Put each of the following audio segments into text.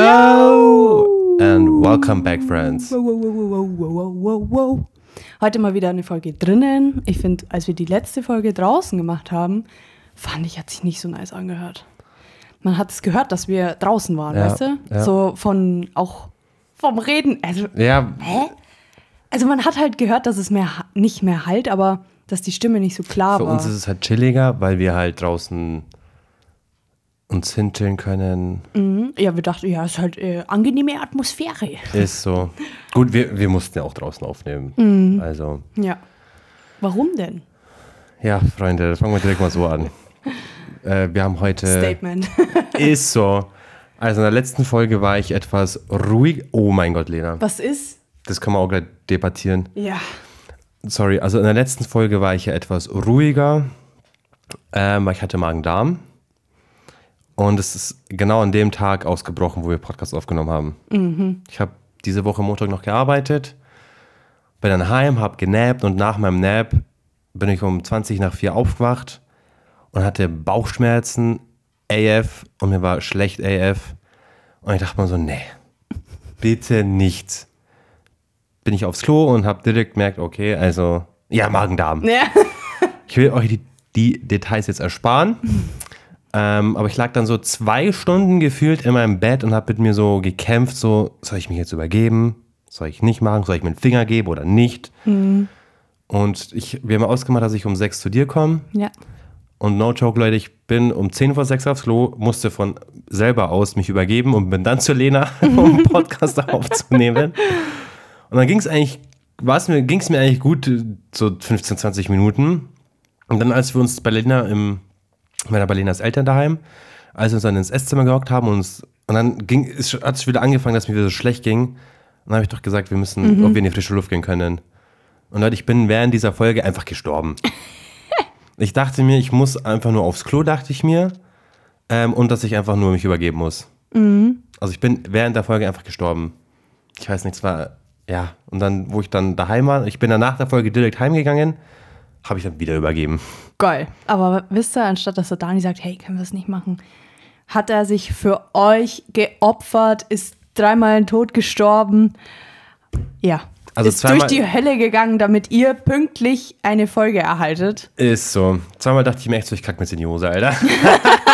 Hello and welcome back, friends. Wow, wow, wow, wow, wow, wow, wow. Heute mal wieder eine Folge drinnen. Ich finde, als wir die letzte Folge draußen gemacht haben, fand ich, hat sich nicht so nice angehört. Man hat es gehört, dass wir draußen waren, Ja, weißt du? ja. So von auch vom Reden. Also, Ja, also man hat halt gehört, dass es mehr nicht mehr halt, aber dass die Stimme nicht so klar für war. uns ist es halt chilliger, weil wir halt draußen uns hinchillen können. Mhm. ja, wir dachten, ja, ist halt äh, angenehme Atmosphäre. Ist so. Gut, wir, wir mussten ja auch draußen aufnehmen. Also, Ja. Warum denn? ja, Freunde, fangen wir direkt mal so an. Äh, wir haben heute. Statement. Ist so. Also in der letzten Folge war ich etwas ruhig. Oh mein Gott, Lena. Was ist? Das kann man auch gleich debattieren. Ja. Sorry, also in der letzten Folge war ich ja etwas ruhiger. Ähm, weil ich hatte Magen-Darm. Und es ist genau an dem Tag ausgebrochen, wo wir Podcast aufgenommen haben. Ich habe diese Woche Montag noch gearbeitet, bin dann heim, habe genappt und nach meinem Nap bin ich um 20 nach 4 aufgewacht und hatte Bauchschmerzen, AF und mir war schlecht AF. Und ich dachte mir so, nee, bitte nicht. Bin ich aufs Klo und habe direkt gemerkt, okay, also, ja, Magen-Darm. Ja. Ich will euch die, die Details jetzt ersparen. ähm, aber ich lag dann so zwei Stunden gefühlt in meinem Bett und habe mit mir so gekämpft, so, soll ich mich jetzt übergeben? Soll ich nicht machen? Soll ich mir einen Finger geben oder nicht? Und ich, wir haben ausgemacht, dass ich um sechs zu dir komme. Ja. Und no joke, Leute, ich bin um 10 vor 6 aufs Klo, musste von selber aus mich übergeben und bin dann zu Lena, um einen Podcast aufzunehmen. Und dann ging es eigentlich, war's mir, ging es mir eigentlich gut, so 15, 20 Minuten. Und dann, als wir uns bei Lena im, meiner bei Lenas Eltern daheim, als wir uns dann ins Esszimmer gehockt haben und uns, und dann ging, es hat es wieder angefangen, dass mir wieder so schlecht ging. Und dann habe ich doch gesagt, wir müssen, ob wir in die frische Luft gehen können. Und Leute, ich bin während dieser Folge einfach gestorben. Ich dachte mir, ich muss einfach nur aufs Klo, dachte ich mir. Ähm, und dass ich einfach nur mich übergeben muss. Also ich bin während der Folge einfach gestorben. Ich weiß nicht, es war, ja. Und dann, wo ich dann daheim war, ich bin dann nach der Folge direkt heimgegangen, habe ich dann wieder übergeben. Geil. Aber wisst ihr, anstatt dass der Dani sagt, hey, können wir es nicht machen, hat er sich für euch geopfert, ist dreimal tot gestorben. Ja. Also ist zweimal- durch die Hölle gegangen, damit ihr pünktlich eine Folge erhaltet. Ist so. Zweimal dachte ich mir echt so, ich kack mir jetzt in die Hose, Alter.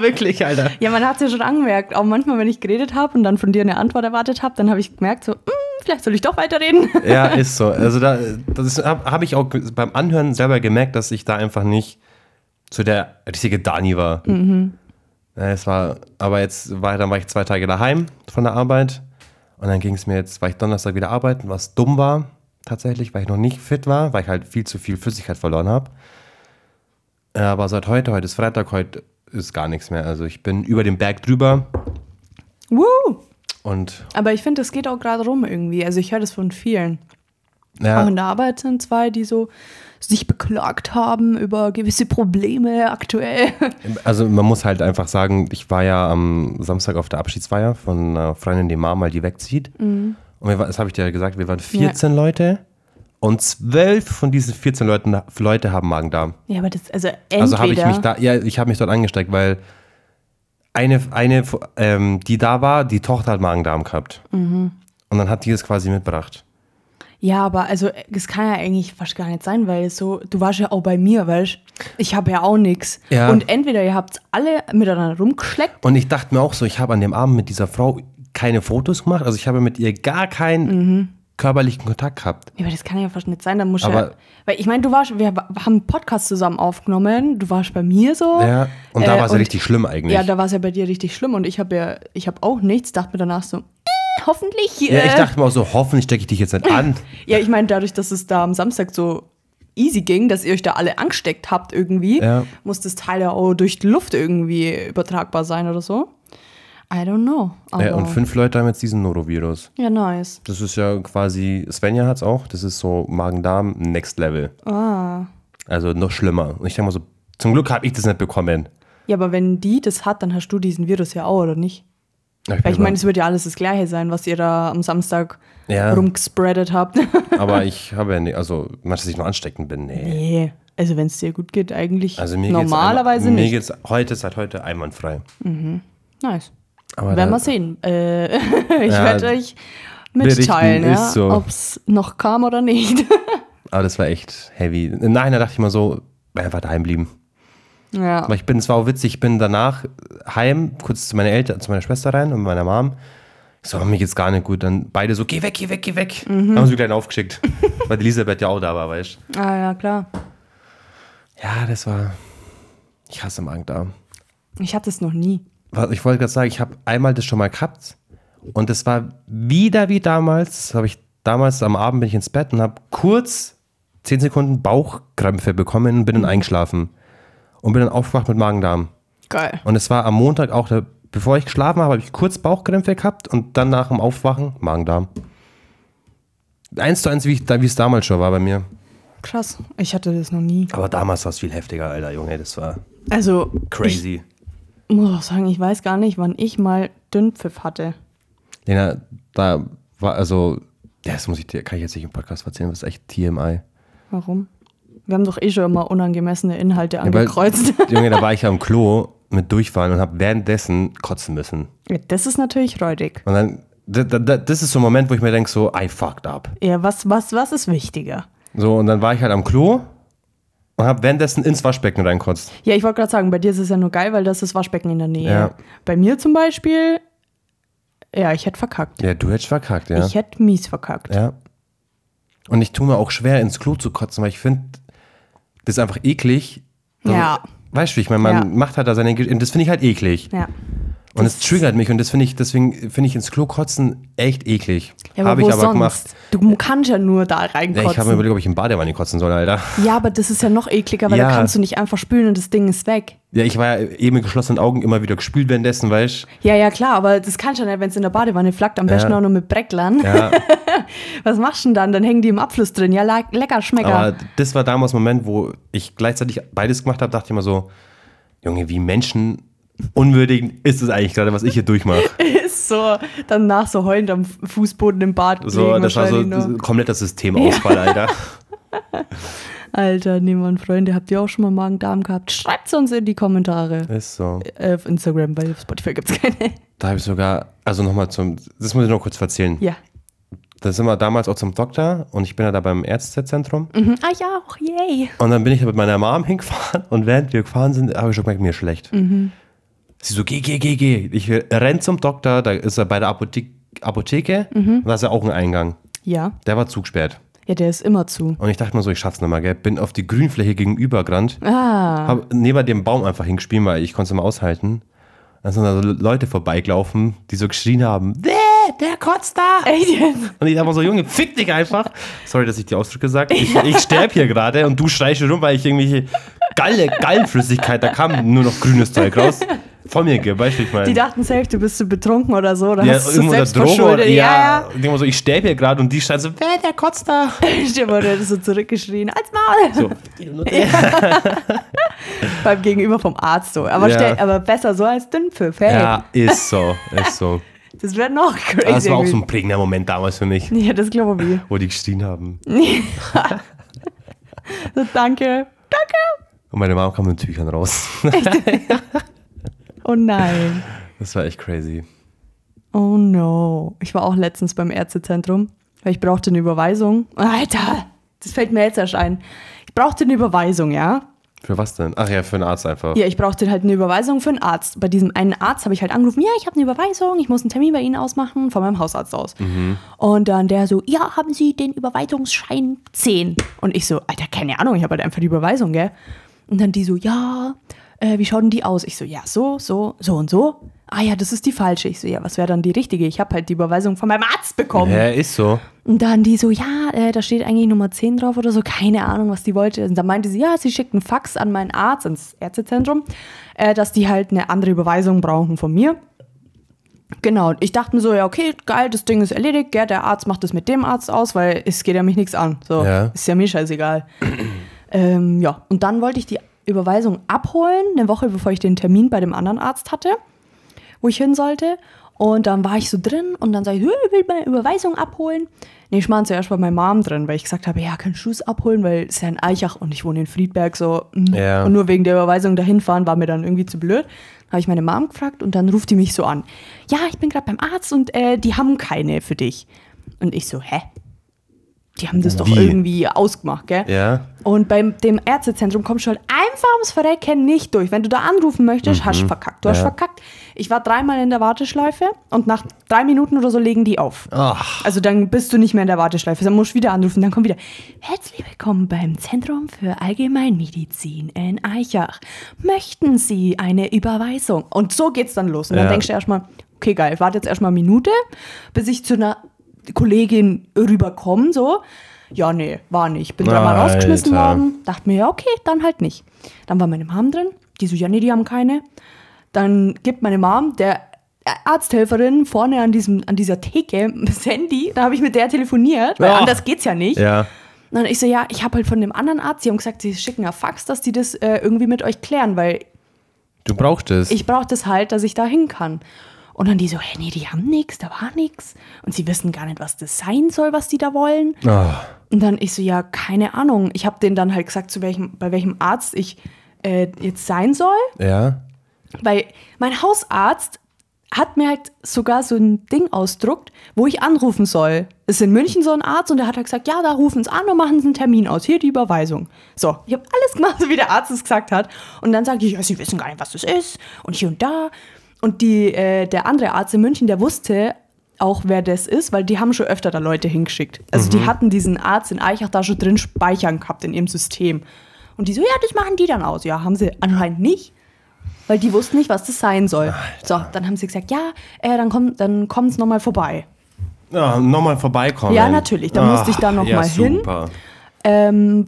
Wirklich, Alter. Ja, man hat es ja schon angemerkt. Auch manchmal, wenn ich geredet habe und dann von dir eine Antwort erwartet habe, dann habe ich gemerkt, so, "Mm, vielleicht soll ich doch weiterreden. Ja, ist so. Also da das habe hab ich auch ge- beim Anhören selber gemerkt, dass ich da einfach nicht zu der richtige Dani war. Ja, es war, aber jetzt war, dann war ich zwei Tage daheim von der Arbeit und dann ging es mir jetzt, war ich Donnerstag wieder arbeiten, was dumm war tatsächlich, weil ich noch nicht fit war, weil ich halt viel zu viel Flüssigkeit verloren habe. Aber seit heute, heute ist Freitag, heute ist gar nichts mehr. Also ich bin über den Berg drüber Woo! und Aber ich finde, das geht auch gerade rum irgendwie. Also ich höre das von vielen. Auch ja, in der Arbeit sind zwei, die so sich beklagt haben über gewisse Probleme aktuell. Also man muss halt einfach sagen, ich war ja am Samstag auf der Abschiedsfeier von einer Freundin, die Mama, weil die wegzieht. Und wir, war- das habe ich dir ja gesagt, wir waren 14 Leute und 12 von diesen 14 Leuten, Leute haben Magen-Darm. Ja, aber das, also entweder. Also habe ich mich da, ja, ich habe mich dort angesteckt, weil eine, eine ähm, die da war, die Tochter hat Magen-Darm gehabt. Und dann hat die es quasi mitgebracht. ja, aber also es kann ja eigentlich fast gar nicht sein, weil es so, du warst ja auch bei mir, weißt ich habe ja auch nichts. Ja. Und entweder ihr habt alle miteinander rumgeschleckt. Und ich dachte mir auch so, ich habe an dem Abend mit dieser Frau keine Fotos gemacht, also ich habe mit ihr gar keinen körperlichen Kontakt gehabt. Ja, aber das kann ja fast nicht sein, dann muss ja. Aber- Weil ich meine, du warst, wir wa- haben einen Podcast zusammen aufgenommen, du warst bei mir so. Ja, und da Äh, war es ja und- richtig schlimm eigentlich. Ja, da war es ja bei dir richtig schlimm und ich habe ja, ich habe auch nichts, dachte mir danach so, äh, hoffentlich. ja, ich äh, dachte mir auch so, hoffentlich stecke ich dich jetzt nicht an. Ja, ich meine, dadurch, dass es da am Samstag so easy ging, dass ihr euch da alle angesteckt habt irgendwie, Ja. muss das Teil ja auch durch die Luft irgendwie übertragbar sein oder so. I don't know. Aber ja, Äh, und fünf Leute haben jetzt diesen Norovirus. ja, nice. Das ist ja quasi, Svenja hat es auch, das ist so Magen-Darm Next Level. Ah. Also noch schlimmer. Und ich denke mal so, zum Glück habe ich das nicht bekommen. Ja, aber wenn die das hat, dann hast du diesen Virus ja auch, oder nicht? Ja, Weil ich bin meine, es wird ja alles das Gleiche sein, was ihr da am Samstag Ja. rumgespreadet habt. über- aber ich habe ja nicht, also, meinst du, dass ich noch ansteckend bin? Nee. nee. Also wenn es dir gut geht, eigentlich Also mir geht's normalerweise einmal- nicht. Mir geht's heute, seit heute einwandfrei. nice. Aber Werden da- wir sehen. Äh, ich Ja, werde euch berichten mitteilen, ja, ist so. ob es noch kam oder nicht. aber das war echt heavy. Nein, da dachte ich mal so, einfach daheim blieben. ja. Aber ich bin, es war auch witzig, ich bin danach heim, kurz zu meiner Eltern, zu meiner Schwester rein und meiner Mom. Ich so, oh, mir geht's gar nicht gut. Dann beide so, geh weg, geh weg, geh weg. Haben sie mich gleich aufgeschickt. weil Elisabeth ja auch da war, weißt du. Ah ja, klar. Ja, das war. Ich hasse Magen-Darm. Ich hatte es noch nie. Was- Ich wollte gerade sagen, ich habe einmal das schon mal gehabt und das war wieder wie damals. Das habe ich damals am Abend bin ich ins Bett und habe kurz 10 Sekunden Bauchkrämpfe bekommen und bin dann eingeschlafen und bin dann aufgewacht mit Magen-Darm. Geil. Und es war am Montag auch, da, bevor ich geschlafen habe, habe ich kurz Bauchkrämpfe gehabt und dann nach dem Aufwachen Magen-Darm. Eins zu eins, wie ich da- wie es damals schon war bei mir. Krass. Ich hatte das noch nie. Aber damals war es viel heftiger, Alter, Junge, das war Also, crazy. ich muss auch sagen, ich weiß gar nicht, wann ich mal Dünnpfiff hatte. Lena, da war also, das muss ich dir, kann ich jetzt nicht im Podcast erzählen, das ist echt TMI. Warum? Wir haben doch eh schon immer unangemessene Inhalte weil- angekreuzt. Junge, da war ich am Klo mit Durchfallen und habe währenddessen kotzen müssen. Ja, das ist natürlich räudig. Und dann, da- da- da- das ist so ein Moment, wo ich mir denke, so, I fucked up. Ja, was, was, was ist wichtiger? So, und dann war ich halt am Klo und habe währenddessen ins Waschbecken reinkotzt. Ja, ich wollte gerade sagen, bei dir ist es ja nur geil, weil das ist Waschbecken in der Nähe. Ja. Bei mir zum Beispiel, ja, ich hätte verkackt. Ja, du hättest verkackt, ja. Ich hätte mies verkackt. ja. Und ich tue mir auch schwer, ins Klo zu kotzen, weil ich finde, das ist einfach eklig. Ja. Weißt du, wie ich meine, man Ja. macht halt da seine, Ge- das finde ich halt eklig. Ja. Und es triggert mich und das finde ich, deswegen finde ich ins Klo kotzen echt eklig. Ja, habe ich aber gemacht. Du kannst ja nur da Ja, reinkotzen. ich habe mir überlegt, ob ich im Badewanne kotzen soll, Alter. Ja, aber das ist ja noch ekliger, weil Ja. da kannst du nicht einfach spülen und das Ding ist weg. Ja, ich war ja eben mit geschlossenen Augen immer wieder gespült währenddessen, weißt Ja, ja, klar, aber das kannst du ja nicht, wenn es in der Badewanne flackt, am Ja. besten auch noch mit Brecklern. du. Ja, Was machst du denn dann? Dann hängen die im Abfluss drin. Ja, le lecker Schmecker. aber das war damals ein Moment, wo ich gleichzeitig beides gemacht habe, dachte ich immer so, Junge, wie Menschen unwürdigend ist es eigentlich gerade, was ich hier durchmache. ist so danach so heulend am Fußboden im Bad So, liegen das war so wahrscheinlich nur. das- kompletter Systemausfall, Alter. Alter, Niemann, Freunde, habt ihr auch schon mal Magen-Darm gehabt? Schreibt's uns in die Kommentare. Ist so. Äh, auf Instagram, weil auf Spotify gibt's keine. Da habe ich sogar, also nochmal zum, das muss ich noch kurz erzählen. Ja. Da sind wir damals auch zum Doktor und ich bin ja da beim Ärztezentrum. Mhm. Ah ja, auch, yay. Und dann bin ich mit meiner Mom hingefahren und während wir gefahren sind, habe ich schon gemerkt, mir ist schlecht. Mhm. Sie so, geh, geh, geh, geh. Ich renn zum Doktor, da ist er bei der Apothek Apotheke Mhm. und da ist ja auch ein Eingang. Ja. Der war zugesperrt. Ja, der ist immer zu. Und ich dachte mir so, ich schaff's nicht mal, gell. Bin auf die Grünfläche gegenüber gerannt, Ah. hab neben dem Baum einfach hingespielt, weil ich konnte es immer aushalten. Dann sind da so Leute vorbeigelaufen, die so geschrien haben, "Weh, der kotzt da! Echt jetzt? Und ich dachte mal so, Junge, fick dich einfach. Sorry, dass ich die Ausdrücke sage. Ich, ich sterbe hier gerade und du schreist hier rum, weil ich irgendwelche Galle, Gallenflüssigkeit, da kam nur noch grünes Zeug raus. Von mir, gell, weißt du, ich meine. Die dachten safe, du bist so betrunken oder so. Oder ja, hast du es irgendwo der selbst Droge oder, verschuldet. ja, Ja, ja. Ich denke mal so, ich sterbe hier gerade und die schreien so, wer, der kotzt da? ja. Stimmt, oder hättest so zurückgeschrien. Als Maul. So, Beim Gegenüber vom Arzt so. Aber, Ja. stell, aber besser so als Dünnpfiff. Hey, ja, ist so, ist so. das wäre noch crazy. Das war auch so ein prägender Moment damals für mich, ja, das glaube ich. wo die geschrien haben. So, danke. Und meine Mama kam mit Tüchern raus. Oh nein. Das war echt crazy. Oh no. Ich war auch letztens beim Ärztezentrum, weil ich brauchte eine Überweisung. Alter, das fällt mir jetzt erst ein. Ich brauchte eine Überweisung, ja? Für was denn? Ach ja, für einen Arzt einfach. Ja, ich brauchte halt eine Überweisung für einen Arzt. Bei diesem einen Arzt habe ich halt angerufen, ja, ich habe eine Überweisung, ich muss einen Termin bei Ihnen ausmachen, von meinem Hausarzt aus. Und dann der so, ja, haben Sie den Überweisungsschein 10? Und ich so, Alter, keine Ahnung, ich habe halt einfach die Überweisung, gell? Und dann die so, ja, äh, wie schaut denn die aus? Ich so, ja, so, so, so und so. Ah ja, das ist die falsche. Ich so, ja, was wäre dann die richtige? Ich habe halt die Überweisung von meinem Arzt bekommen. Ja, ist so. Und dann die so, ja, äh, da steht eigentlich Nummer 10 drauf oder so, keine Ahnung, was die wollte. Und dann meinte sie, ja, sie schickt einen Fax an meinen Arzt, ins Ärztezentrum, äh, dass die halt eine andere Überweisung brauchen von mir. Genau, und ich dachte mir so, ja, okay, geil, das Ding ist erledigt, gell, der Arzt macht das mit dem Arzt aus, weil es geht ja mich nichts an. So, Ja. ist ja mir scheißegal. ähm, ja, und dann wollte ich die Überweisung abholen, eine Woche bevor ich den Termin bei dem anderen Arzt hatte, wo ich hin sollte. Und dann war ich so drin und dann sage ich, "Hö, ich will meine Überweisung abholen. Nee, ich war zuerst bei meiner Mom drin, weil ich gesagt habe, ja, kannst du es abholen, weil es ist ja in Eichach und ich wohne in Friedberg so. mm. Ja. Und nur wegen der Überweisung dahin fahren war mir dann irgendwie zu blöd. Habe ich meine Mom gefragt und dann ruft die mich so an. Ja, ich bin gerade beim Arzt und äh, die haben keine für dich. Und ich so, hä? Die haben das doch Wie? irgendwie ausgemacht, gell? Ja. Und beim dem Ärztezentrum kommst du halt einfach ums Verrecken nicht durch. Wenn du da anrufen möchtest, hast du verkackt. Du hast Mhm. Ja. verkackt. Ich war dreimal in der Warteschleife und nach drei Minuten oder so legen die auf. Ach. Also dann bist du nicht mehr in der Warteschleife, dann musst du wieder anrufen, dann komm wieder. Herzlich willkommen beim Zentrum für Allgemeinmedizin in Eichach. Möchten Sie eine Überweisung? Und so geht's dann los. Und dann Ja. denkst du erstmal, okay, geil, ich warte jetzt erstmal eine Minute, bis ich zu einer Kollegin rüberkomme, so. Ja, nee, war nicht. Bin da mal Alter. rausgeschmissen worden. Dachte mir, ja, okay, dann halt nicht. Dann war meine Mom drin, die so, ja, nee, die haben keine. Dann gibt meine Mom der Arzthelferin vorne an, diesem, an dieser Theke das Handy. Da habe ich mit der telefoniert, weil Ja. anders geht's ja nicht. Ja. Und dann ich so, ja, ich habe halt von dem anderen Arzt, die haben gesagt, sie schicken ein Fax, dass die das äh, irgendwie mit euch klären, weil Du brauchst es. ich brauche das halt, dass ich da hin kann. Und dann die so, hä, nee, die haben nichts, da war nichts. Und sie wissen gar nicht, was das sein soll, was die da wollen. Ah. Und dann ich so, ja, keine Ahnung. Ich habe denen dann halt gesagt, zu welchem, bei welchem Arzt ich äh, jetzt sein soll. Ja. Weil mein Hausarzt hat mir halt sogar so ein Ding ausdruckt, wo ich anrufen soll. Ist in München so ein Arzt und der hat halt gesagt, ja, da rufen Sie an und machen Sie einen Termin aus. Hier die Überweisung. So, ich habe alles gemacht, so wie der Arzt es gesagt hat. Und dann sagte ich, ja, Sie wissen gar nicht, was das ist und hier und da. Und die, äh, der andere Arzt in München, der wusste auch, wer das ist, weil die haben schon öfter da Leute hingeschickt. Also die hatten diesen Arzt in Eichach da schon drin speichern gehabt in ihrem System. Und die so, ja, das machen die dann aus. Ja, haben sie anscheinend nicht weil die wussten nicht, was das sein soll. So, dann haben sie gesagt, ja, äh, dann kommt dann kommt's nochmal vorbei. ja Ah, nochmal vorbeikommen. Ah, Ja, natürlich, da musste ich da noch ja, mal hin. Super. Ähm,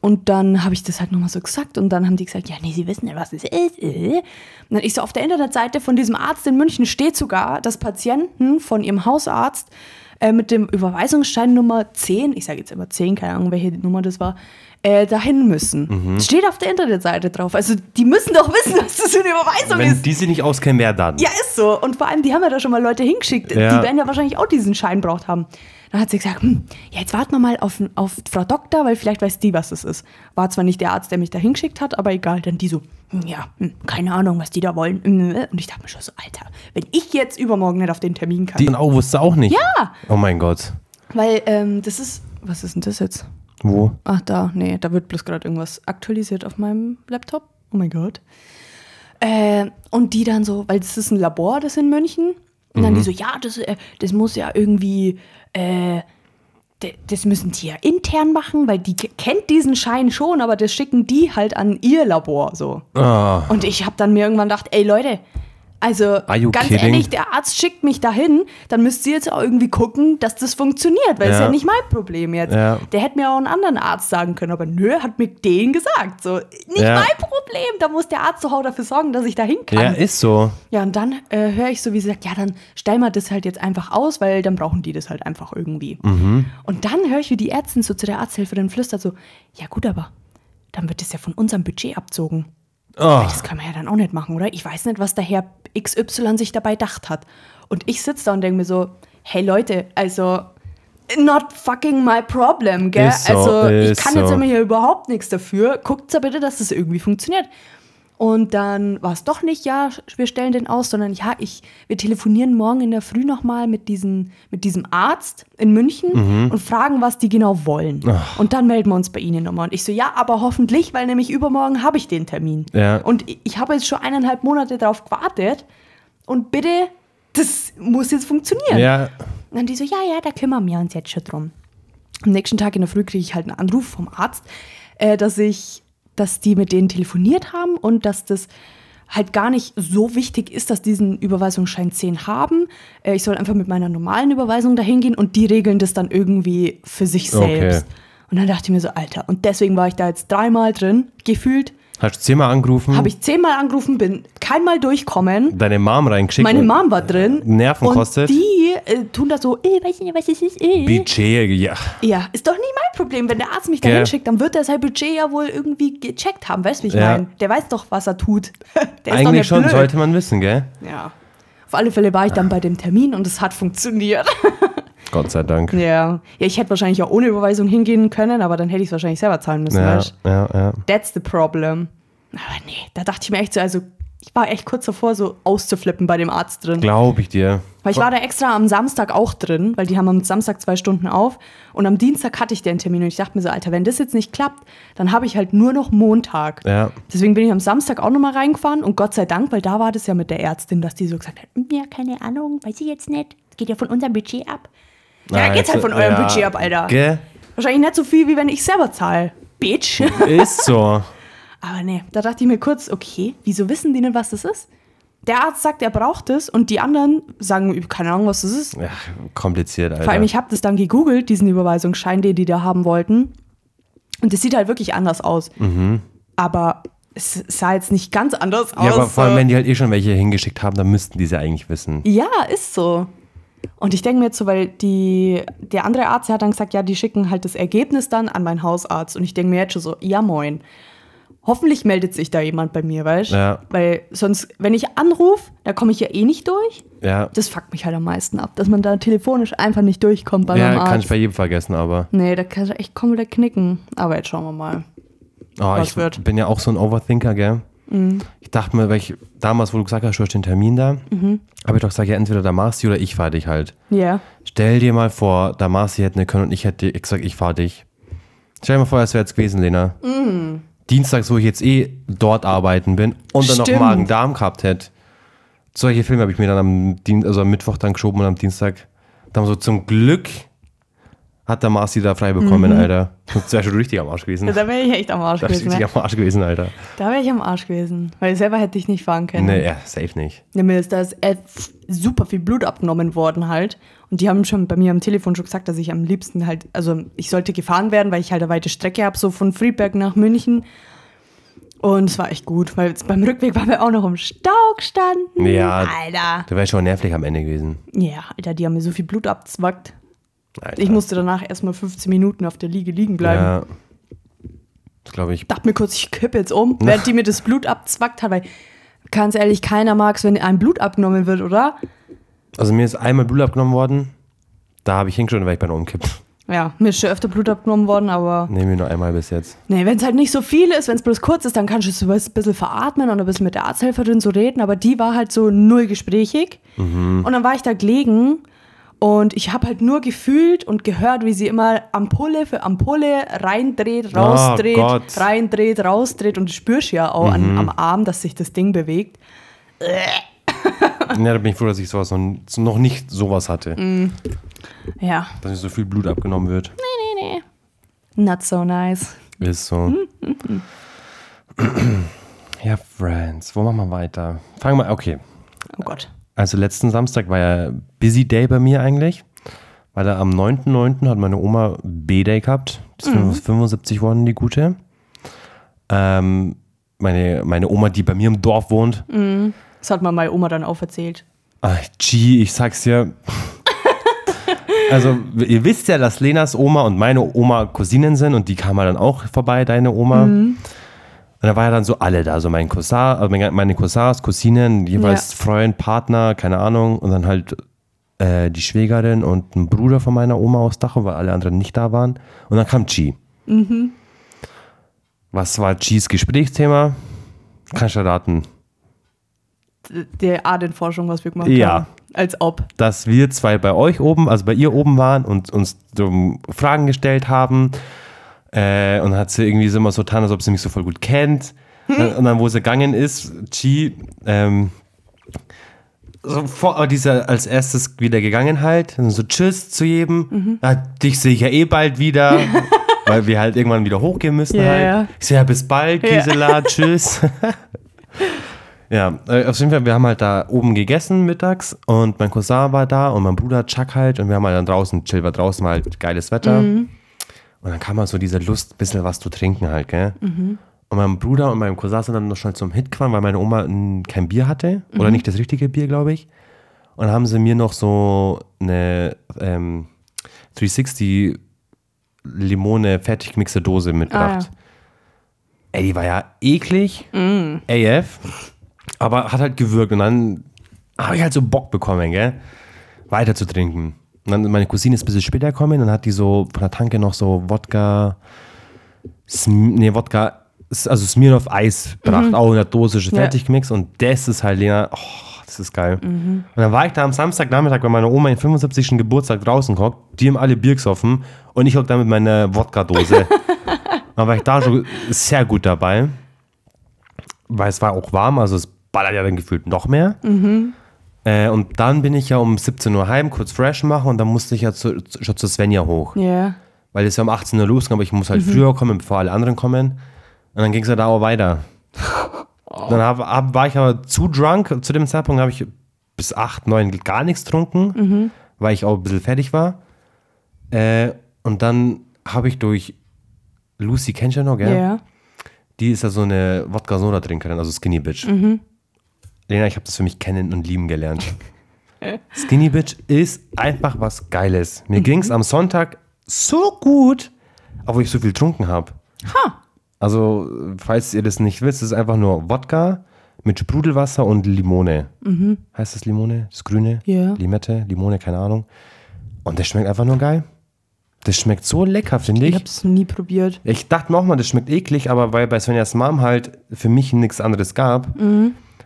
und dann habe ich das halt nochmal so gesagt und dann haben die gesagt, ja, nee, sie wissen ja, was es ist. äh. Und dann ich so, auf der Internetseite von diesem Arzt in München steht sogar, dass Patienten von ihrem Hausarzt äh, mit dem Überweisungsschein Nummer 10, ich sage jetzt immer 10, keine Ahnung, welche Nummer das war, äh, dahin müssen. Das steht auf der Internetseite drauf. Also die müssen doch wissen, was das für eine Überweisung ist. Wenn die sich nicht auskennen, wer dann? Ja, ist so. Und vor allem, die haben ja da schon mal Leute hingeschickt. Ja. Die werden ja wahrscheinlich auch diesen Schein braucht haben. Dann hat sie gesagt, hm, ja, jetzt warten wir mal auf, auf Frau Doktor, weil vielleicht weiß die, was es ist. War zwar nicht der Arzt, der mich da hingeschickt hat, aber egal. Dann die so, hm, ja, hm, keine Ahnung, was die da wollen. Hm. Und ich dachte mir schon so, Alter, wenn ich jetzt übermorgen nicht auf den Termin kann. Die auch, wusste auch nicht. Ja. Oh mein Gott. weil ähm, das ist, was ist denn das jetzt? Wo? Ach da, nee, da wird bloß gerade irgendwas aktualisiert auf meinem Laptop. Oh mein Gott. Äh, und die dann so, weil das ist ein Labor, das in München. Und dann die so, ja, das, äh, das muss ja irgendwie, äh, d- das müssen die ja intern machen, weil die k- kennt diesen Schein schon, aber das schicken die halt an ihr Labor so. Ah. Und ich habe dann mir irgendwann gedacht, ey Leute, also you ganz kidding? ehrlich, der Arzt schickt mich dahin, dann müsst ihr jetzt auch irgendwie gucken, dass das funktioniert, weil es ist Ja. ja nicht mein Problem jetzt. Ja. Der hätte mir auch einen anderen Arzt sagen können, aber nö, hat mir den gesagt. So, nicht Ja. mein Problem, da muss der Arzt doch auch dafür sorgen, dass ich dahin kann. Ja, ist so. Ja, und dann äh, höre ich so, wie sie sagt, ja, dann stellen wir das halt jetzt einfach aus, weil dann brauchen die das halt einfach irgendwie. Mhm. Und dann höre ich, wie die Ärztin so zu der Arzthelferin flüstert so, ja gut, aber dann wird das ja von unserem Budget abzogen. Ah. Das kann man ja dann auch nicht machen, oder? Ich weiß nicht, was der Herr XY sich dabei gedacht hat. Und ich sitze da und denke mir so, hey Leute, also not fucking my problem, gell? Ist so, also ich ist kann jetzt so. immer hier überhaupt nichts dafür. Guckt ja bitte, dass es das irgendwie funktioniert. Und dann war es doch nicht, ja, wir stellen den aus, sondern ja, ich, wir telefonieren morgen in der Früh nochmal mit, diesen, mit diesem Arzt in München Mhm. und fragen, was die genau wollen. Und dann melden wir uns bei ihnen nochmal. Und ich so, ja, aber hoffentlich, weil nämlich übermorgen habe ich den Termin. Ja. Und ich- ich habe jetzt schon eineinhalb Monate drauf gewartet. Und bitte, das muss jetzt funktionieren. Ja. Und dann die so, ja, ja, da kümmern wir uns jetzt schon drum. Am nächsten Tag in der Früh kriege ich halt einen Anruf vom Arzt, äh, dass ich, dass die mit denen telefoniert haben und dass das halt gar nicht so wichtig ist, dass diesen Überweisungsschein 10 haben. Äh, ich soll einfach mit meiner normalen Überweisung dahin gehen und die regeln das dann irgendwie für sich Okay. selbst. Und dann dachte ich mir so, Alter, und deswegen war ich da jetzt dreimal drin, gefühlt, Hast du zehnmal angerufen? habe ich zehnmal angerufen, bin keinmal durchkommen. Deine Mom reingeschickt? Meine Mom war drin. Nerven und kostet. Die äh, tun da so, äh, weiß ich nicht, weiß ich nicht, äh. Budget, ja. Ja, ist doch nicht mein Problem. Wenn der Arzt mich da Gell. hinschickt, dann wird er sein Budget ja wohl irgendwie gecheckt haben. Weißt du, wie ich Ja. meine? Der weiß doch, was er tut. der ist doch Eigentlich nicht schon, blöd. sollte man wissen, gell? Ja. Auf alle Fälle war ich dann bei dem Termin und es hat funktioniert. Gott sei Dank. Ja. ja, ich hätte wahrscheinlich auch ohne Überweisung hingehen können, aber dann hätte ich es wahrscheinlich selber zahlen müssen. Ja, Weißt? ja, ja. That's the problem. Aber nee, da dachte ich mir echt so, also ich war echt kurz davor, so auszuflippen bei dem Arzt drin. Glaube ich dir. Weil ich war da extra am Samstag auch drin, weil die haben am Samstag zwei Stunden auf. Und am Dienstag hatte ich den Termin und ich dachte mir so, Alter, wenn das jetzt nicht klappt, dann habe ich halt nur noch Montag. Ja. Deswegen bin ich am Samstag auch nochmal reingefahren und Gott sei Dank, weil da war das ja mit der Ärztin, dass die so gesagt hat, "Hm, Ja, keine Ahnung, weiß ich jetzt nicht. Es geht ja von unserem Budget ab. ja, Na, geht's halt jetzt- von eurem ja, Budget ab, Alter. Gell? Wahrscheinlich nicht so viel, wie wenn ich selber zahle. Bitch. Ist so. Aber nee, da dachte ich mir kurz, okay, wieso wissen die denn, was das ist? Der Arzt sagt, er braucht es und die anderen sagen, keine Ahnung, was das ist. Ja, kompliziert, Alter. Vor allem, ich habe das dann gegoogelt, diesen Überweisungsschein, den die da haben wollten. Und es sieht halt wirklich anders aus. Aber es sah jetzt nicht ganz anders aus. Mhm. ja, aber vor allem, so. wenn die halt eh schon welche hingeschickt haben, dann müssten die sie eigentlich wissen. Ja, ist so. Und ich denke mir jetzt so, weil die, der andere Arzt der hat dann gesagt, ja, die schicken halt das Ergebnis dann an meinen Hausarzt. Und ich denke mir jetzt schon so, ja moin. Hoffentlich meldet sich da jemand bei mir, weißt du? Ja. Weil sonst, wenn ich anrufe, da komme ich ja eh nicht durch. Ja, Das fuckt mich halt am meisten ab, dass man da telefonisch einfach nicht durchkommt bei meinem ja Arzt. kann ich bei jedem vergessen, aber. Nee, da kann ich echt komplett knicken. Aber jetzt schauen wir mal. Oh, Was ich wird? Mhm. bin ja auch so ein Overthinker, gell? Ich dachte mir, weil ich damals, wo du gesagt hast, du hast den Termin da, Mhm. habe ich doch gesagt, ja, entweder da machst du oder ich fahr dich halt. Ja. Stell dir mal vor, da Marci hätte ne können und ich hätte gesagt, ich fahr dich. Stell dir mal vor, das wäre jetzt gewesen, Lena. Mm. Dienstags, wo ich jetzt eh dort arbeiten bin und dann noch Stimmt. Magen-Darm gehabt hätte. Solche Filme habe ich mir dann am, Dien also am Mittwoch dann geschoben und am Dienstag dann so zum Glück hat der Marci da frei bekommen, Mhm. Alter. Das wäre schon richtig am Arsch gewesen. Ja, Da wäre ich echt am Arsch Da wäre gewesen. richtig Ne? am Arsch gewesen, Alter. Da wäre ich am Arsch gewesen. Weil selber hätte ich nicht fahren können. Nee, ja, safe nicht. Ja, mir ist da ist äh, super viel Blut abgenommen worden halt. Und die haben schon bei mir am Telefon schon gesagt, dass ich am liebsten halt, also ich sollte gefahren werden, weil ich halt eine weite Strecke habe, so von Friedberg nach München. Und es war echt gut, weil jetzt beim Rückweg waren wir auch noch im Stau gestanden. Ja. Alter. Da wäre schon nervlich am Ende gewesen. Ja, Alter, die haben mir so viel Blut abzwackt. Alter. Ich musste danach erstmal 15 Minuten auf der Liege liegen bleiben. Ja. Das glaube ich. dachte mir kurz, ich kippe jetzt um, während die mir das Blut abzwackt hat, weil ganz ehrlich, keiner mag es, wenn einem Blut abgenommen wird, oder? Also mir ist einmal Blut abgenommen worden. Da habe ich hingeschaut, weil ich bei einer umkipp. Ja, mir ist schon öfter Blut abgenommen worden, aber Nehmen wir nur einmal bis jetzt. nee, wenn es halt nicht so viel ist, wenn es bloß kurz ist, dann kannst du es so ein bisschen veratmen und ein bisschen mit der Arzthelferin so reden, aber die war halt so null gesprächig und dann war ich da gelegen und ich habe halt nur gefühlt und gehört, wie sie immer Ampulle für Ampulle reindreht, rausdreht, Gott. reindreht, rausdreht und du spürst ja auch an, am Arm, dass sich das Ding bewegt. Ja, da bin ich froh, dass ich sowas noch, noch nicht sowas hatte. Ja, Dass nicht so viel Blut abgenommen wird. Not so nice. Ist so. ja, Friends. Wo machen wir weiter? Fangen wir, okay. Oh Gott. Also letzten Samstag war ja Busy Day bei mir eigentlich, weil da am 9.9. hat meine Oma B-Day gehabt. Die ist 75 worden, die gute. Ähm, meine, meine Oma, die bei mir im Dorf wohnt. Das hat mir meine Oma dann auch erzählt. Ach, Ah, gee, ich sag's dir. also, w- ihr wisst ja, dass Lenas Oma und meine Oma Cousinen sind und die kam ja dann auch vorbei, deine Oma. Und da war ja dann so alle da, so mein Cousin, also mein- meine Cousins, Cousinen, jeweils Freund, Partner, keine Ahnung. Und dann halt äh, die Schwägerin und ein Bruder von meiner Oma aus Dachau, weil alle anderen nicht da waren. Und dann kam Chi. Was war Chis Gesprächsthema? Kannst du raten? Die Adenforschung, was wir gemacht Ja. haben. Als ob. dass wir zwei bei euch oben, also bei ihr oben waren und uns so Fragen gestellt haben. Äh, und hat sie irgendwie so immer so getan, als ob sie mich so voll gut kennt. Und dann, wo sie gegangen ist, Chi, ähm, so vor, aber die ist ja als erstes wieder gegangen halt. Und so Tschüss zu jedem. Mhm. Ah, dich sehe ich ja eh bald wieder. weil wir halt irgendwann wieder hochgehen müssen Ja, ja. halt. Ich sehe ja bis bald, Ja. Gisela, tschüss. Ja, äh, auf jeden Fall, wir haben halt da oben gegessen mittags und mein Cousin war da und mein Bruder Chuck halt und wir haben halt dann draußen, chill war draußen, war halt geiles Wetter. Mhm. Und dann kam halt so diese Lust, ein bisschen was zu trinken halt, gell? Und meinem Bruder und meinem Cousin sind dann noch schnell zum Hit gefahren, weil meine Oma mm, kein Bier hatte oder nicht das richtige Bier, glaube ich. Und dann haben sie mir noch so eine ähm, 360 Limone fertig gemixte Dose mitgebracht. Ey, die war ja eklig. AF. Aber hat halt gewirkt. Und dann habe ich halt so Bock bekommen, gell? Weiter zu trinken. Und dann meine Cousine ist ein bisschen später gekommen und hat die so von der Tanke noch so Wodka, Sm nee, Wodka, also Smirnoff Eis gebracht, auch in der Dose, schon Ja. fertig gemixt. Und das ist halt, Lena, oh, das ist geil. Und dann war ich da am Samstagnachmittag bei meiner Oma ihren 75. Geburtstag draußen gehockt, die haben alle Bier gesoffen und ich hock da mit meiner Wodka-Dose. dann war ich da schon sehr gut dabei weil es war auch warm, also es ballert ja dann gefühlt noch mehr. Mhm. Äh, und dann bin ich ja um 17 Uhr heim, kurz fresh machen und dann musste ich ja zu, zu, schon zu Svenja hoch. Ja. Mhm. Weil es ja um 18 Uhr losging, aber ich muss halt früher kommen, bevor alle anderen kommen. Und dann ging es ja da auch weiter. Dann hab, hab, war ich aber zu drunk. Zu dem Zeitpunkt habe ich bis 8, 9 gar nichts getrunken, Mhm. weil ich auch ein bisschen fertig war. Äh, und dann habe ich durch Lucy, kennst du ja noch, gell? Ja. Die ist ja so eine Wodka-Soda-Trinkerin, also Skinny Bitch. Lena, ich habe das für mich kennen und lieben gelernt. Skinny Bitch ist einfach was Geiles. Mir ging's am Sonntag so gut, obwohl ich so viel getrunken habe. Also, falls ihr das nicht wisst, ist es einfach nur Wodka mit Sprudelwasser und Limone. Heißt das Limone? Das Grüne? Ja. Limette, Limone, keine Ahnung. Und das schmeckt einfach nur geil. Das schmeckt so lecker, finde Ich ich. hab's nie probiert. Ich dachte mir auch mal, das schmeckt eklig, aber weil bei Svenjas Mom halt für mich nichts anderes gab,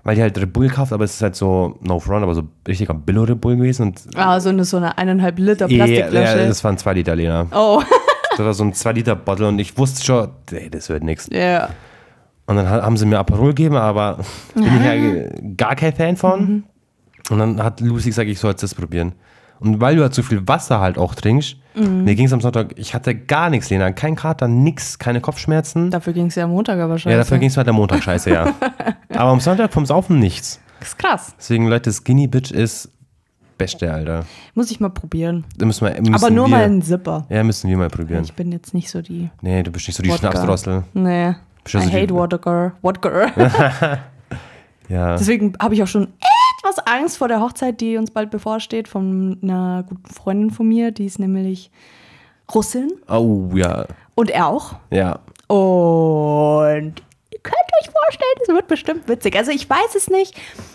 weil die halt Red Bull kauft, aber es ist halt so, no front, aber so richtiger Billo Red Bull gewesen und Ah, so eine, so eine eineinhalb Liter Ja, Plastikflasche. ja, das waren zwei Liter, Lena. oh, Das war so ein 2 Liter Bottle und ich wusste schon, ey, das wird nichts. ja. Und dann ha- haben sie mir Aperol gegeben, aber bin ich ja äh, gar kein Fan von. Mhm. Und dann hat Lucy gesagt, ich soll jetzt das probieren. Und weil du halt so viel Wasser halt auch trinkst, Mhm. mir ging es am Sonntag, ich hatte gar nichts, Lena. Kein Kater, nix, keine Kopfschmerzen. Dafür ging's ja am Montag aber schon. Ja, dafür ging es halt am Montag scheiße, ja. Aber am Sonntag vom Saufen nichts. Das ist krass. Deswegen, Leute, Skinny Bitch ist Beste, Alter. Muss ich mal probieren. Da müssen wir, müssen aber nur wir, mal einen Zipper. Ja, müssen wir mal probieren. Ich bin jetzt nicht so die Nee, du bist nicht so die Wodka. Schnapsdrossel. Nee. Bist du I so die- hate Wodka. Wodka. Ja. Deswegen habe ich auch schon etwas Angst vor der Hochzeit, die uns bald bevorsteht, von einer guten Freundin von mir. Die ist nämlich Russin Oh, ja. und er auch. Ja. Und ihr könnt euch vorstellen, es wird bestimmt witzig. Also ich weiß es nicht,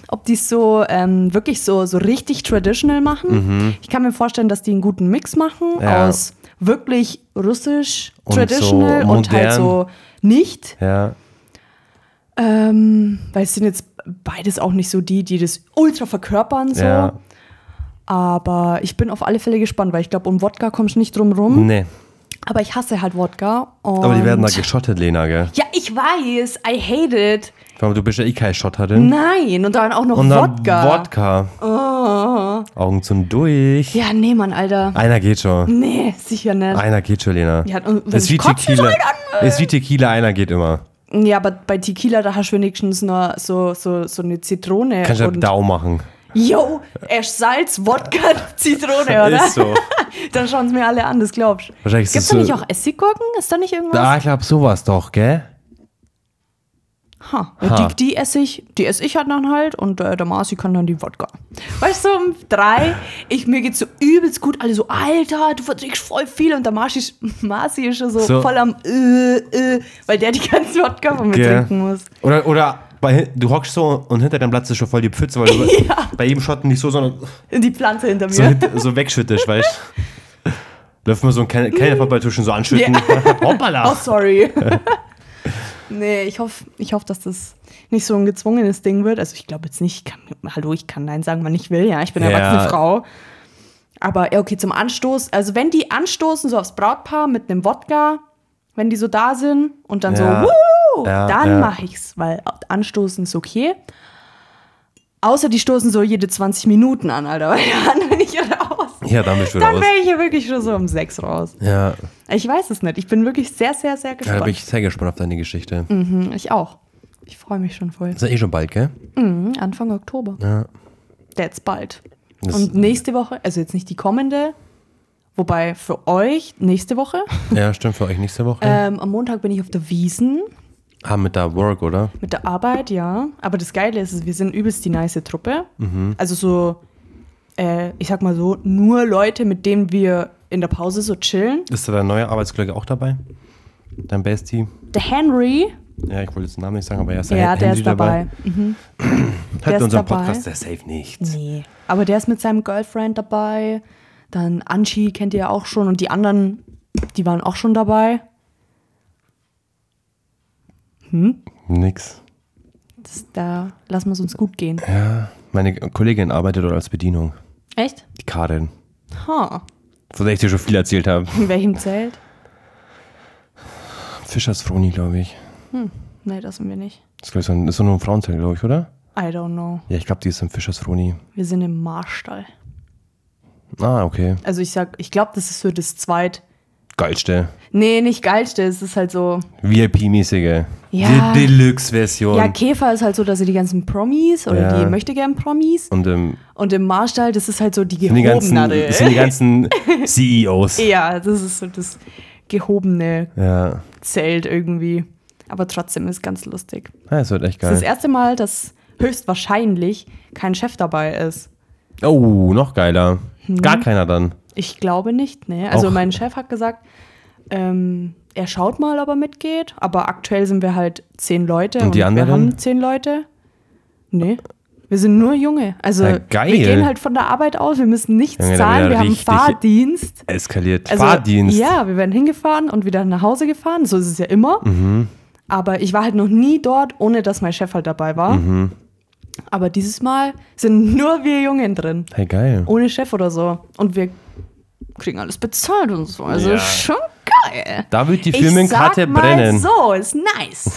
ob die es so ähm, wirklich so, so richtig traditional machen. Ich kann mir vorstellen, dass die einen guten Mix machen Mhm. Ja. aus wirklich russisch, Und traditional so und halt modern. so nicht. Ja. Ähm, weil es sind jetzt beides auch nicht so die, die das ultra verkörpern. So. Ja. Aber ich bin auf alle Fälle gespannt, weil ich glaube, um Wodka kommst du nicht drum rum. Nee. Aber ich hasse halt Wodka. Hm? Und Mhm. Aber die werden da geschottet, Lena, gell? Ja, ich weiß. I hate it. Vor allem, du bist ja eh keine Schotterin. Nein, und dann auch noch Und dann Wodka. Oh. Wodka. Augen zum Durch. Ja, nee, Mann, Alter. Einer geht schon. Nee, sicher nicht. Einer geht schon, Lena. Ja, und wenn ist wie ich kotzen Tequila. soll, dann, äh. Ist wie Tequila, einer geht immer. Ja, aber bei Tequila, da hast du wenigstens nur so, so, so eine Zitrone. Kannst du halt und, Dau machen. yo, Ash Salz, Wodka, Zitrone, oder? Ist so. Dann schauen sie mir alle an, das glaubst du. Wahrscheinlich ist Gibt's es da so- nicht auch Essiggurken? Ist da nicht irgendwas? Ah, ich glaube, sowas doch, gell? Ha. Die, die esse ich, die esse ich halt dann halt und äh, der Marci kann dann die Wodka. Weißt du, um drei, ich, mir geht's so übelst gut, alle so, Alter, du verträgst voll viel und der Marci, ist- Marci ist schon so, So. voll am äh, äh, weil der die ganze Wodka von mir Gell. trinken muss. Oder, oder bei, du hockst so und hinter deinem Platz ist schon voll die Pfütze, weil du bei jedem Shot nicht so, sondern Die Pflanze hinter mir. so, hint- so wegschüttest, weißt du? Läuft man so ein kleiner Mhm. kleiner vorbei zwischen so anschütten. Oh, Hoppala! sorry. nee, ich hoffe, ich hoff, dass das nicht so ein gezwungenes Ding wird. Also ich glaube jetzt nicht, ich kann, hallo, ich kann Nein sagen, wann ich will, ja. Ich bin eine Ja. erwachsene Frau. Aber ja, okay, zum Anstoß. Also wenn die anstoßen, so aufs Brautpaar mit einem Wodka, wenn die so da sind und dann Ja. so, wuhu, Ja, dann ja. mache ich's, weil anstoßen ist okay. Außer die stoßen so jede 20 Minuten an, Alter. Weil dann bin ich ja raus. Ja, dann bist du Dann raus. wäre ich ja wirklich schon so um sechs raus. Ja, Ich weiß es nicht. Ich bin wirklich sehr, sehr, sehr da gespannt. bin ich sehr gespannt auf deine Geschichte. Hm, ich auch. Ich freue mich schon voll. Ist ja eh schon bald, gell? Hm, Anfang Oktober. Ja. That's bald. Das- Und nächste Woche, also jetzt nicht die kommende, wobei für euch nächste Woche. Ja, stimmt, für euch nächste Woche. Ähm, am Montag bin ich auf der Wiesen ah, mit der Work, oder? mit der Arbeit, ja. Aber das Geile ist, wir sind übelst die nice Truppe. Mhm. Also so, äh, ich sag mal so, nur Leute, mit denen wir in der Pause so chillen. Ist da dein neuer Arbeitskollege auch dabei? Dein Bestie? Der Henry, Ja, ich wollte jetzt den Namen nicht sagen, aber er ist ja, Hen- der Henry ist dabei. Hat ist unseren dabei. Podcast der Safe nichts. Nee. Aber der ist mit seinem Girlfriend dabei. Dann Anchi kennt ihr ja auch schon. Und die anderen, die waren auch schon dabei. Nix. Das, da lassen wir es uns gut gehen. Ja, meine Kollegin arbeitet dort als Bedienung. Echt? Die Karin. Ha. Von der ich dir schon viel erzählt habe. In welchem Zelt? Fischers Froni, glaube ich. Nee, das sind wir nicht. Das ist, glaub ich, so ein, ist so nur ein Frauenzelt, glaube ich, oder? I don't know. Ja, ich glaube, die ist im Fischers Froni. Wir sind im Marstall. Ah, okay. Also ich sag, ich glaube, das ist so das zweit. Geilste. Nee, nicht geilste. Es ist halt so. VIP-mäßige. Ja. Die Deluxe-Version. Ja, Käfer ist halt so, dass sie die ganzen Promis oder Ja. die möchte gern Promis. Und ähm, Und im Marstall, das ist halt so die sind, die ganzen, gehobenere. sind die ganzen E CEOs. ja, das ist so das gehobene Ja. Zelt irgendwie. Aber trotzdem ist ganz lustig. Ah, das wird echt Das ist das geil. erste Mal, dass höchstwahrscheinlich kein Chef dabei ist. Oh, noch geiler. Mhm. Gar keiner dann. Ich glaube nicht, ne? Also Auch- mein Chef hat gesagt, ähm, er schaut mal, ob er mitgeht. Aber aktuell sind wir halt zehn Leute. Und die anderen? Wir haben zehn Leute. Nee. Wir sind nur Junge. Also Ja, geil. wir gehen halt von der Arbeit aus, wir müssen nichts Junge, da zahlen, wird wir haben richtig- Fahrdienst. Eskaliert. Fahrdienst. Also, Ja, wir werden hingefahren und wieder nach Hause gefahren. So ist es ja immer. Mhm. Aber ich war halt noch nie dort, ohne dass mein Chef halt dabei war. Mhm. Aber dieses Mal sind nur wir Jungen drin. Hey, geil. Ohne Chef oder so. Und wir kriegen alles bezahlt und so. Also Ja. schon geil. Da wird die Ich sag Firmenkarte mal brennen. so, ist nice.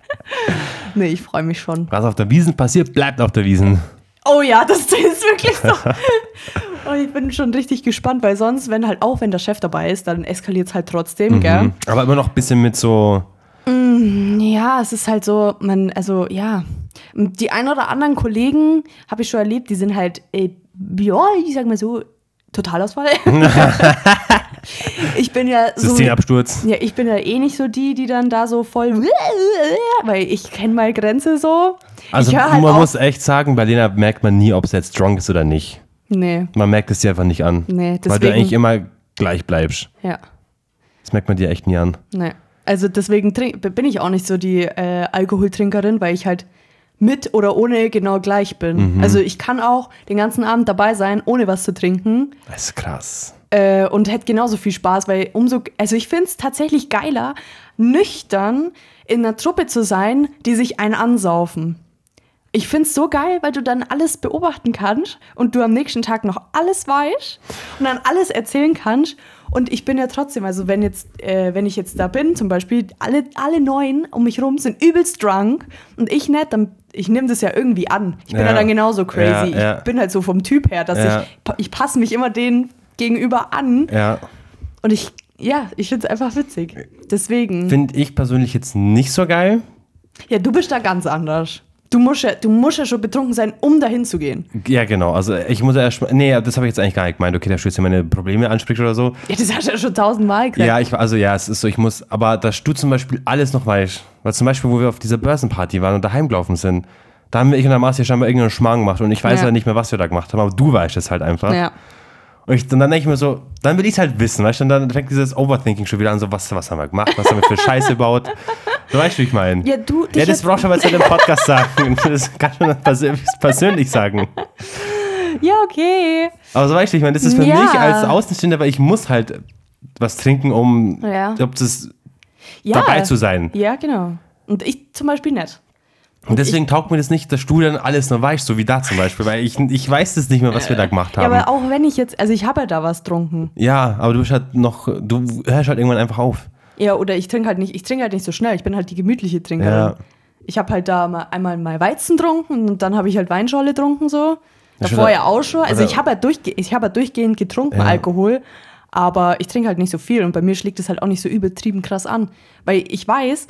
nee, ich freue mich schon. Was auf der Wiesen passiert, bleibt auf der Wiesen. Oh ja, das ist wirklich so. Und ich bin schon richtig gespannt, weil sonst, wenn halt auch wenn der Chef dabei ist, dann eskaliert es halt trotzdem, gell? Mhm. Aber immer noch ein bisschen mit so. Ja, es ist halt so, man, also ja, die ein oder anderen Kollegen habe ich schon erlebt, die sind halt, äh, ja, ich sag mal so, Totalausfall. ich bin ja so. Systemabsturz. Ja, ich bin ja eh nicht so die, die dann da so voll, weil ich kenne meine Grenze so. Also ich hör halt man auf- muss echt sagen, bei Lena merkt man nie, ob sie jetzt drunk ist oder nicht. Nee, Man merkt es dir einfach nicht an. Nee, Weil du deswegen- eigentlich immer gleich bleibst. ja, Das merkt man dir echt nie an. nee. Also deswegen trink, bin ich auch nicht so die äh, Alkoholtrinkerin, weil ich halt mit oder ohne genau gleich bin. Mhm. Also ich kann auch den ganzen Abend dabei sein, ohne was zu trinken. Das ist krass. äh, und hätte genauso viel Spaß, weil umso, also ich finde es tatsächlich geiler, nüchtern in einer Truppe zu sein, die sich einen ansaufen. Ich finde es so geil, weil du dann alles beobachten kannst und du am nächsten Tag noch alles weißt und dann alles erzählen kannst. Und ich bin ja trotzdem, also wenn jetzt, äh, wenn ich jetzt da bin, zum Beispiel, alle, alle neun um mich rum sind übelst drunk und ich nicht, dann ich nehme das ja irgendwie an. Ich bin ja, Ja. dann genauso crazy. Ja, ja. Ich bin halt so vom Typ her, dass Ja. ich pa- ich passe mich immer denen gegenüber an Ja. und ich, ja, ich finde es einfach witzig. Deswegen. Finde ich persönlich jetzt nicht so geil. Ja, du bist da ganz anders. Du musst ja, du musst ja schon betrunken sein, um dahin zu gehen. Ja, genau. Also ich muss ja erst mal. Nee, das habe ich jetzt eigentlich gar nicht gemeint. Okay, dass du jetzt hier meine Probleme ansprichst oder so. Ja, das hast du ja schon tausendmal gesagt. Ja, ich, also ja, es ist so, ich muss, aber dass du zum Beispiel alles noch weißt, weil zum Beispiel, wo wir auf dieser Börsenparty waren und daheim gelaufen sind, da haben wir ich und der Mars ja scheinbar irgendeinen Schmarrn gemacht und ich weiß Ja. ja. halt nicht mehr, was wir da gemacht haben, aber du weißt es halt einfach. Ja. Und, ich, und dann denke ich mir so, dann will ich es halt wissen, weißt du, und dann fängt dieses Overthinking schon wieder an, so, was, was haben wir gemacht, was haben wir für Scheiße gebaut. Du weißt, wie ich meine. Ja, du- Ja, dich das hat- brauchst du aber jetzt nicht im Podcast sagen. Das kann man dann persö- persönlich sagen. Ja, okay. Aber so weißt du, ich meine, das ist für Ja. mich als Außenstehender, weil ich muss halt was trinken, um, Ja. ob das Ja. Dabei zu sein. Ja, genau. Und ich zum Beispiel nicht. Und deswegen taugt mir das nicht, dass du dann alles noch weißt, so wie da zum Beispiel, weil ich, ich weiß das nicht mehr, was wir da gemacht Ja, haben. aber auch wenn ich jetzt, also ich habe ja da was getrunken. du bist halt noch, du hörst halt irgendwann einfach auf. Ja, oder ich trinke halt nicht, ich trinke halt nicht so schnell. Ich bin halt die gemütliche Trinkerin. Ja. Ich habe halt da mal, einmal mal Weizen getrunken und dann habe ich halt Weinschorle getrunken so. Ja, Davor schon- ja auch schon. Also oder- ich habe halt, durchge ich hab halt durchgehend getrunken Ja. Alkohol, aber ich trinke halt nicht so viel und bei mir schlägt es halt auch nicht so übertrieben krass an. Weil ich weiß,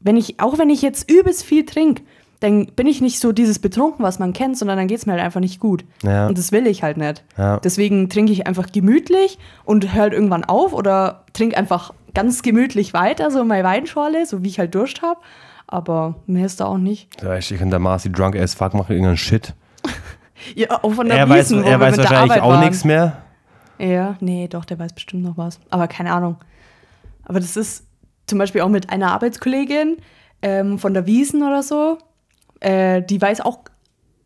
wenn ich, auch wenn ich jetzt übelst viel trinke, dann bin ich nicht so dieses Betrunken, was man kennt, sondern dann geht es mir halt einfach nicht gut. Ja. Und das will ich halt nicht. Ja. Deswegen trinke ich einfach gemütlich und höre halt irgendwann auf oder trinke einfach ganz gemütlich weiter, so meine Weinschorle, so wie ich halt Durst habe. Aber mehr ist da auch nicht. Da weiß ich, in der Marcy drunk as fuck mache irgendeinen Shit. Ja, auch von der Er weiß, Wiesen, wo er wir weiß mit der wahrscheinlich Arbeit auch waren. nichts mehr. Ja, nee, doch, der weiß bestimmt noch was. Aber keine Ahnung. Aber das ist, zum Beispiel auch mit einer Arbeitskollegin ähm, von der Wiesen oder so, äh, die weiß auch,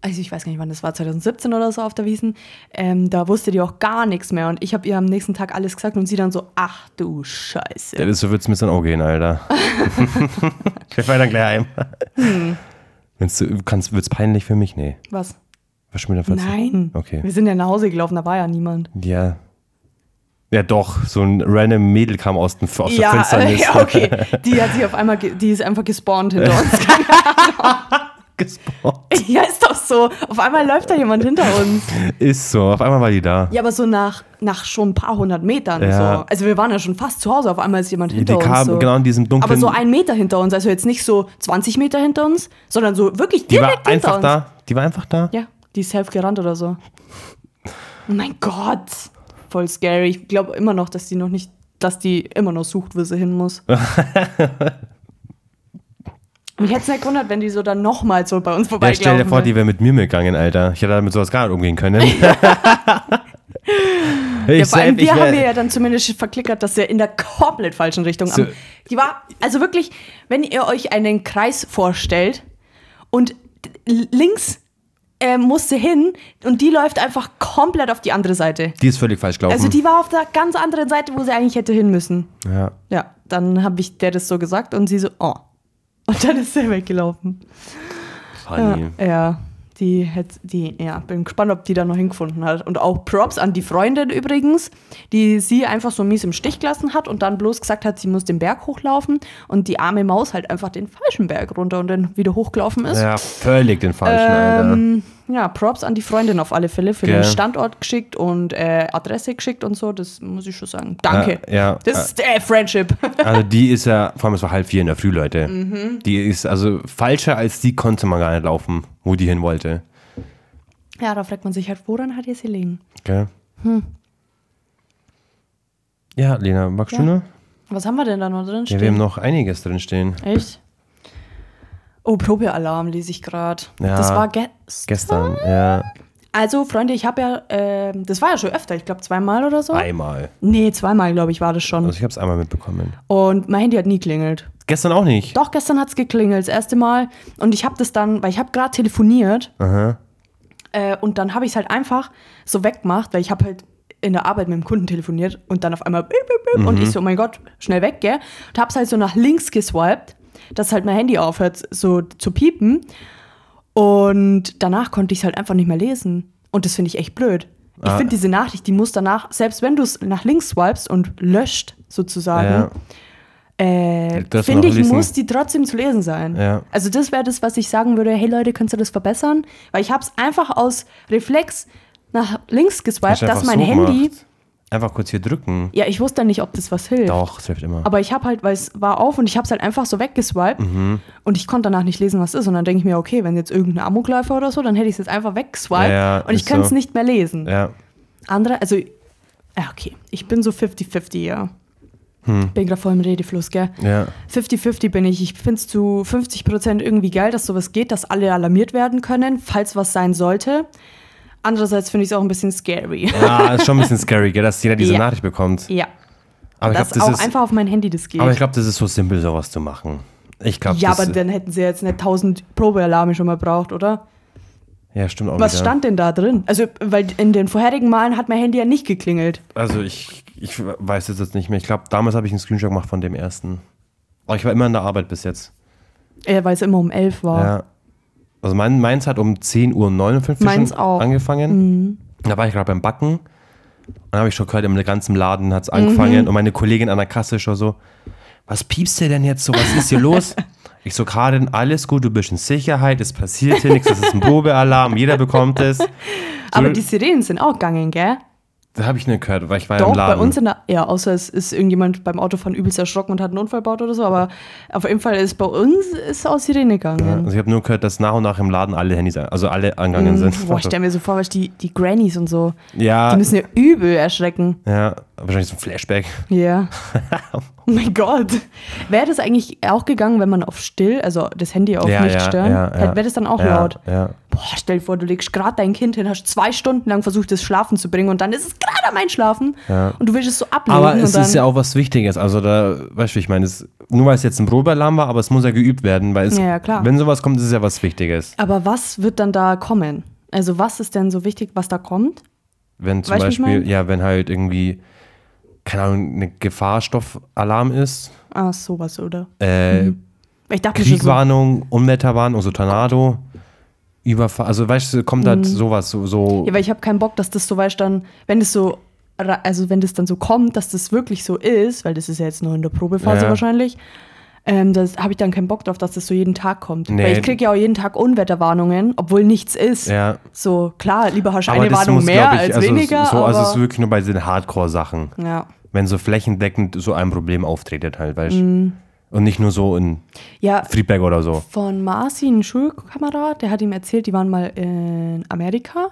also ich weiß gar nicht, wann das war, 2017 oder so auf der Wiesen, ähm, da wusste die auch gar nichts mehr und ich habe ihr am nächsten Tag alles gesagt und sie dann so, ach du Scheiße. Ja, das- so wird's mir dann auch gehen, Alter. Wir fahren dann gleich heim. Hm. Wenn's, du kannst, wird's peinlich für mich? Nee. Was? Was schon wieder verzeiht? Nein. Okay. Wir sind ja nach Hause gelaufen, da war ja niemand. Ja. Ja, doch. So ein random Mädel kam aus, dem, aus der Ja, äh, Finsternis. ja, okay. Die hat sich auf einmal, ge- die ist einfach gespawnt hinter uns. Gespawnt. ja, ist doch so. Auf einmal läuft da jemand hinter uns. Ist so. Auf einmal war die da. Ja, aber so nach, nach schon ein paar hundert Metern. Ja. So. Also wir waren ja schon fast zu Hause, auf einmal ist jemand hinter die uns. kam so. genau in diesem dunklen. aber so ein Meter hinter uns, also jetzt nicht so 20 Meter hinter uns, sondern so wirklich die direkt war einfach hinter uns. da. Die war einfach da. Ja, die ist halb gerannt oder so. Oh mein Gott, voll scary. Ich glaube immer noch, dass die noch nicht, dass die immer noch sucht, wo sie hin muss. Mich hätte es nicht gewundert, wenn die so dann nochmal so bei uns Ja, vorbeigelaufen stell dir vor, wäre. die wäre mit mir gegangen, Alter. Ich hätte damit sowas gar nicht umgehen können. ich Ja, vor allem selbst, ich wir wär- haben ihr ja dann zumindest verklickert, dass er in der komplett falschen Richtung So. am. Die war, also wirklich, wenn ihr euch einen Kreis vorstellt und d- links äh, musste hin und die läuft einfach komplett auf die andere Seite. Die ist völlig falsch gelaufen. Also die war auf der ganz anderen Seite, wo sie eigentlich hätte hin müssen. ja. Ja, dann habe ich der das so gesagt und sie so, oh. Und dann ist sie weggelaufen. Ja, Funny. ja die hätte, die, ja, bin gespannt, ob die da noch hingefunden hat. Und auch Props an die Freundin übrigens, die sie einfach so mies im Stich gelassen hat und dann bloß gesagt hat, sie muss den Berg hochlaufen und die arme Maus halt einfach den falschen Berg runter und dann wieder hochgelaufen ist. Ja. völlig den falschen, Alter. Ähm, ja, Props an die Freundin auf alle Fälle für Gell. den Standort geschickt und äh, Adresse geschickt und so. Das muss ich schon sagen. Danke. Äh, ja. Das ist äh, Friendship. Also die ist ja, vor allem es war halb vier in der Früh, Leute. Mhm. Die ist also falscher als die konnte man gar nicht laufen, wo die hin wollte. ja, da fragt man sich halt, woran hat ihr sie liegen? Gell? Hm. Ja, Lena, magst du Ja. noch? Was haben wir denn da noch drin Ja, stehen? wir haben noch einiges drin stehen. Echt? Oh, Probealarm lese ich gerade. Ja. Das war gestern. Gestern, ja. Also, Freunde, ich habe ja, ähm, das war ja schon öfter, ich glaube zweimal oder so. Einmal. Nee, zweimal, glaube ich, war das schon. Also ich habe es einmal mitbekommen. Und mein Handy hat nie klingelt. Gestern auch nicht. Doch, gestern hat es geklingelt, das erste Mal. Und ich habe das dann, weil ich habe gerade telefoniert. Äh, und dann habe ich es halt einfach so weggemacht, weil ich habe halt in der Arbeit mit dem Kunden telefoniert und dann auf einmal bip, bip, bip, und Mhm. ich so, oh mein Gott, schnell weg, gell? Und habe es halt so nach links geswiped, dass halt mein Handy aufhört so zu piepen. Und danach konnte ich es halt einfach nicht mehr lesen. Und das finde ich echt blöd. Ich Ah. finde diese Nachricht, die muss danach, selbst wenn du es nach links swipest und löscht sozusagen, Ja. äh, Das finde ich, nachlesen. muss die trotzdem zu lesen sein. Ja. Also das wäre das, was ich sagen würde, hey Leute, könnt ihr das verbessern? Weil ich habe es einfach aus Reflex nach links geswiped, dass einfach mein so Handy... gemacht. Einfach kurz hier drücken. Ja, ich wusste dann nicht, ob das was hilft. Doch, es hilft immer. Aber ich habe halt, weil es war auf und ich habe es halt einfach so weggeswiped Mhm. und ich konnte danach nicht lesen, was ist. Und dann denke ich mir, okay, wenn jetzt irgendein Amokläufer oder so, dann hätte ich es jetzt einfach weggeswiped Ja, und ich ist könnte es so. nicht mehr lesen. ja. Andere, also, ja, okay, ich bin so 50-50, ja. Hm. Bin gerade voll im Redefluss, gell? Ja. 50-50 bin ich. Ich finde es zu 50 Prozent irgendwie geil, dass sowas geht, dass alle alarmiert werden können, falls was sein sollte. Andererseits finde ich es auch ein bisschen scary. Ah, ist schon ein bisschen scary, gell, dass jeder diese Ja. Nachricht bekommt. ja, Aber ich dass glaube, auch das, ist- einfach auf mein Handy das geht. aber ich glaub, das ist so simpel, sowas zu machen. Ich glaube, ja, das aber dann hätten sie ja jetzt nicht 1000 Probealarme schon mal braucht, oder? ja, stimmt auch Was wieder. stand denn da drin? Also, weil in den vorherigen Malen hat mein Handy ja nicht geklingelt. Also ich, ich weiß es jetzt nicht mehr. Ich glaube, damals habe ich einen Screenshot gemacht von dem ersten. Aber ich war immer in der Arbeit bis jetzt. Äh, weil es immer um 11 war. Ja. Also mein, meins hat um 10.59 Meins Uhr auch. Mhm. angefangen. Da war ich gerade beim Backen. Und dann habe ich schon gehört, im ganzen Laden hat es Mhm. angefangen. Und meine Kollegin an der Kasse schon so, was piepst du denn jetzt so, was ist hier los? Ich so, Karin, alles gut, du bist in Sicherheit, es passiert hier nichts, es ist ein Probealarm, jeder bekommt es. So, Aber die Sirenen sind auch gegangen, gell? da habe ich nicht gehört, weil ich war ja Doch, im Laden. bei uns in der, ja, außer es ist irgendjemand beim Autofahren übelst erschrocken und hat einen Unfall gebaut oder so, aber auf jeden Fall ist bei uns ist auch Sirene gegangen. Mhm. also ich habe nur gehört, dass nach und nach im Laden alle Handys, an- also alle Mhm. angegangen sind. Ah. Boah, ich stell mir so vor, was die, die Grannies und so, ja, die müssen ja übel erschrecken. ja, Wahrscheinlich so ein Flashback. Ja. oh mein Gott. Wäre das eigentlich auch gegangen, wenn man auf still, also das Handy auf Ja, nicht ja, stören, ja, hätte- ja. wäre das dann auch Ja, laut? ja. Boah, stell dir vor, du legst gerade dein Kind hin, hast zwei Stunden lang versucht, es schlafen zu bringen und dann ist es gerade am Einschlafen und du willst es so ablegen. Aber Mhm, und es dann, ist ja auch was Wichtiges. Also da, weißt du, ich meine, es, nur weil es jetzt ein Probealarm war, aber es muss ja geübt werden, weil es, Ja, ja, klar. wenn sowas kommt, ist es ja was Wichtiges. aber was wird dann da kommen? Also was ist denn so wichtig, was da kommt? Wenn zum Weißt du, was ich Beispiel, meine? ja, wenn halt irgendwie, keine Ahnung, eine Gefahrstoffalarm ist, Ah, sowas, oder? äh, Ich dachte schon Mhm, so, Kriegwarnung, Unwetterwarnung, so Tornado, Überfall, also weißt du, kommt Mhm. halt sowas, so, so Ja, weil ich habe keinen Bock, dass das so weißt dann, wenn es so, ra- also wenn das dann so kommt, dass das wirklich so ist, weil das ist ja jetzt noch in der Probephase Ja. wahrscheinlich, ähm, das habe ich dann keinen Bock drauf, dass das so jeden Tag kommt. Nee. Weil ich kriege ja auch jeden Tag Unwetterwarnungen, obwohl nichts ist. Ja. So, klar, lieber hast du aber eine das Warnung muss, mehr glaub ich, als also, weniger. So, aber, also es ist wirklich nur bei den Hardcore-Sachen. ja. Wenn so flächendeckend so ein Problem auftretet halt, weißt du. Mhm. Und nicht nur so in ja, Friedberg oder so. von Marci, ein Schulkamerad, der hat ihm erzählt, die waren mal in Amerika.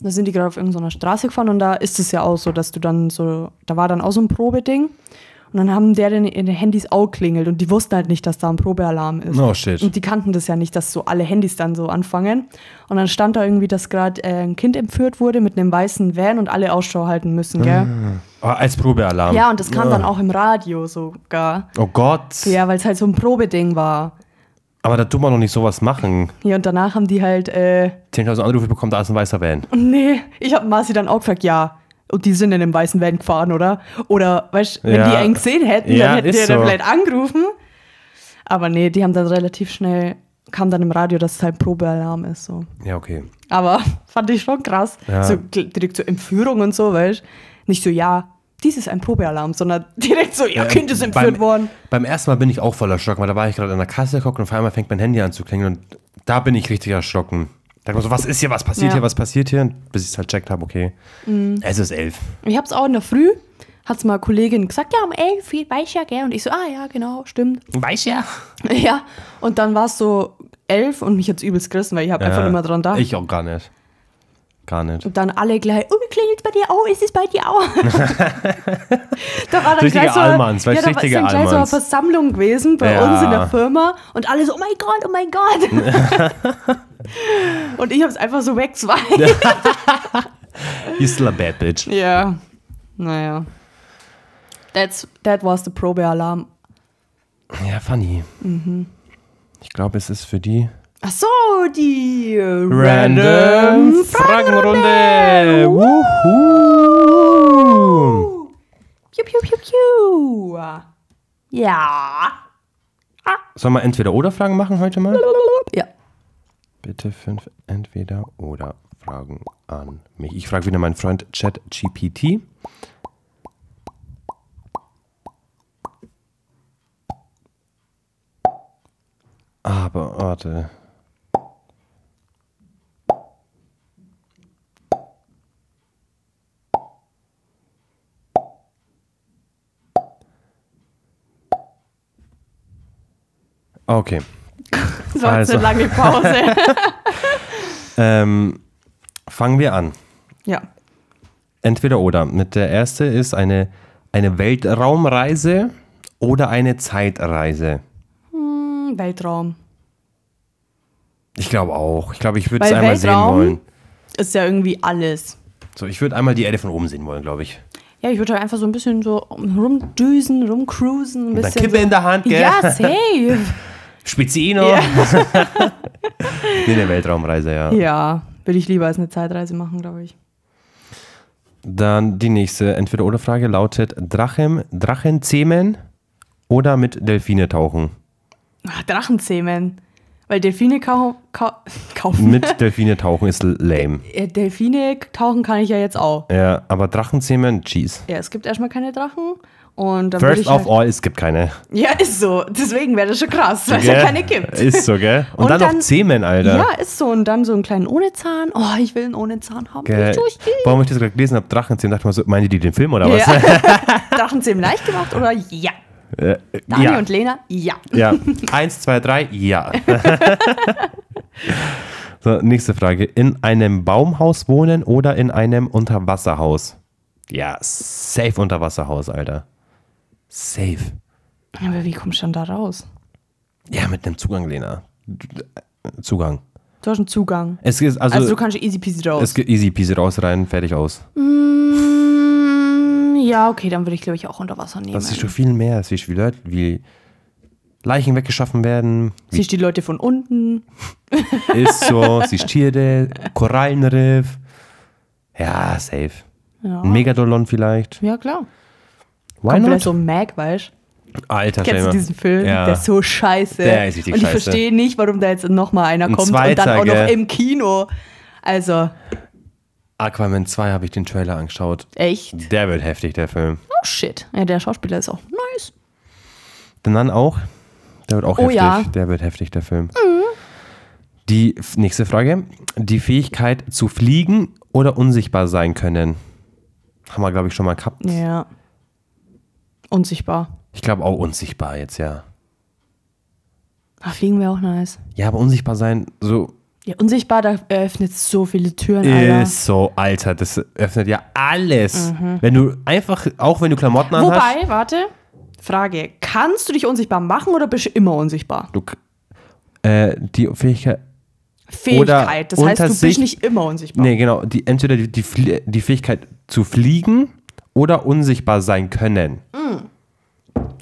Da sind die gerade auf irgendeiner Straße gefahren und da ist es ja auch so, dass du dann so, da war dann auch so ein Probeding. Und dann haben deren ihre Handys auch klingelt und die wussten halt nicht, dass da ein Probealarm ist. Oh, shit. Und die kannten das ja nicht, dass so alle Handys dann so anfangen. Und dann stand da irgendwie, dass gerade äh, ein Kind entführt wurde mit einem weißen Van und alle Ausschau halten müssen, gell? Ah, als Probealarm. Ja, und das kam dann auch im Radio sogar. Oh Gott. Ja, weil es halt so ein Probeding war. Aber da tut man doch nicht sowas machen. Ja, und danach haben die halt äh, 10.000 Anrufe bekommen, da ist ein weißer Van. Nee, ich habe Marci dann auch gefragt, ja. Und die sind in dem weißen Van gefahren, oder? Oder, weißt du, wenn Ja. die einen gesehen hätten, Ja, dann hätten die ist ja dann so. vielleicht angerufen. Aber nee, die haben dann relativ schnell, kam dann im Radio, dass es halt Probealarm ist, so. Ja, okay. Aber fand ich schon krass. Ja. So gl- direkt so Entführung und so, weißt du? Nicht so, ja, dies ist ein Probealarm, sondern direkt so, ihr Kind ist entführt Ähm, beim, worden. Beim ersten Mal bin ich auch voll erschrocken, weil da war ich gerade an der Kasse geguckt und auf einmal fängt mein Handy an zu klingeln und da bin ich richtig erschrocken. Da dachte ich mir so, was ist hier, was passiert Ja. Mhm. hier, was passiert hier? Bis ich es halt checkt habe, okay. Es ist elf. Ich hab's auch in der Früh, hat's mal eine Kollegin gesagt, ja, um elf, viel weiß ja, gell? Und ich so, ah ja, genau, stimmt. Weiß ja. Ja, und dann war es so elf und mich jetzt übelst gerissen, weil ich habe einfach immer dran gedacht. Ich auch gar nicht. Gar nicht. und dann alle gleich, oh, klingelt bei dir auch, ist es bei dir auch? da war dann Richtige gleich so, Allmanns, weißt ja, du, da war- ist richtige dann gleich so eine Allmanns. Versammlung gewesen bei Ja. uns in der Firma und alle so, oh mein Gott, oh mein Gott. und ich habe es einfach so wegzweigt. Isla Bad Bitch. Ja, naja. That's, that was the Probe-Alarm. Ja, funny. Mhm. Ich glaube, es ist für die Ach so, die Random Fragenrunde. Wuhu. Piu, piu, piu, piu. Ja. Sollen wir entweder oder Fragen machen heute mal? Ja. Bitte fünf entweder oder Fragen an mich. Ich frage wieder meinen Freund ChatGPT. Aber warte. Okay. Das war jetzt eine Also. lange Pause. Ähm, fangen wir an. ja. Entweder oder. Mit der erste ist eine, eine Weltraumreise oder eine Zeitreise. Hm, Weltraum. Ich glaube auch. Ich glaube, ich würde es Weil einmal Weltraum- sehen wollen. Ist ja irgendwie alles. So, ich würde einmal die Erde von oben sehen wollen, glaube ich. Ja, ich würde halt einfach so ein bisschen so rumdüsen, rumcruisen. Ein Mit einer bisschen Kippe so. in der Hand, gell? Ja, safe. Spezino. nee, eine Weltraumreise, ja. ja, würde ich lieber als eine Zeitreise machen, glaube ich. Dann die nächste Entweder oder Frage lautet Drachen, Drachenzähmen oder mit Delfine tauchen? Ach, Ah, Drachenzähmen. Weil Delfine kau kau kaufen. Mit Delfine tauchen ist lame. Äh, Delfine tauchen kann ich ja jetzt auch. Ja, aber Drachenzähmen, cheese. Ja, es gibt erstmal keine Drachen. Und dann würde First ich of halt, all, es gibt keine. Ja, ist so. Deswegen wäre das schon krass, weil es Gell? ja keine gibt. Ist so, gell? Und, Und dann, dann- noch Zähmen, Alter. Ja, ist so. Und dann so einen kleinen ohne Zahn. Oh, ich will einen ohne Zahn haben. Gell? Ich so süß. Warum ich das gerade gelesen habe, Drachenzähmen, dachte ich mal so, meinen die den Film oder was? Ja. Drachenzähmen leicht gemacht oder ja? Äh, Dani ja. und Lena, ja. ja. Eins, zwei, drei, ja. so, nächste Frage. In einem Baumhaus wohnen oder in einem Unterwasserhaus? Ja, safe Unterwasserhaus, Alter. Safe. Aber wie kommst du denn da raus? Ja, mit einem Zugang, Lena. Zugang. Du hast einen Zugang. Es ist also, Also, du kannst easy peasy raus. es geht easy peasy raus, rein, fertig aus. Mm, ja, okay, dann würde ich glaube ich auch unter Wasser nehmen. Das ist schon viel mehr. Es ist wie Leute, wie Leichen weggeschaffen werden. Wie Siehst die Leute von unten. ist so, sie Tiere, Korallenriff. Ja, safe. Ja, Ein Megadolon vielleicht. ja klar. Why Kommt vielleicht not? so ein Mag, weißt du? Kennst du Alter, stell dir mal- diesen Film? Ja. Der ist so scheiße. Der ist richtig und ich scheiße. verstehe nicht, warum da jetzt nochmal einer Ein kommt und zweiter, dann auch noch gell? im Kino. Also, Aquaman 2 habe ich den Trailer angeschaut. echt. Der wird heftig, der Film. Oh shit. Ja, der Schauspieler ist auch nice. Den Nun auch. Der wird auch Oh heftig. ja. Mhm. Der wird heftig, der Film. Die f- nächste Frage. Die Fähigkeit zu fliegen oder unsichtbar sein können. Haben wir, glaube ich, schon mal gehabt. Ja. Unsichtbar. Ich glaube auch unsichtbar jetzt, ja. Ach, fliegen wäre auch nice. Ja, aber unsichtbar sein, so Ja, unsichtbar, da eröffnet so viele Türen, Alter. Mhm. ist so, Alter, das öffnet ja alles. Wenn du einfach, auch wenn du Klamotten anhast. Wobei, warte. Frage. Kannst du dich unsichtbar machen oder bist du immer unsichtbar? Du, k- äh, die Fähigkeit, Fähigkeit. das heißt, unter du bist sich- nicht immer unsichtbar. nee, genau, die, entweder die, die, Flie- die Fähigkeit zu fliegen oder unsichtbar sein können.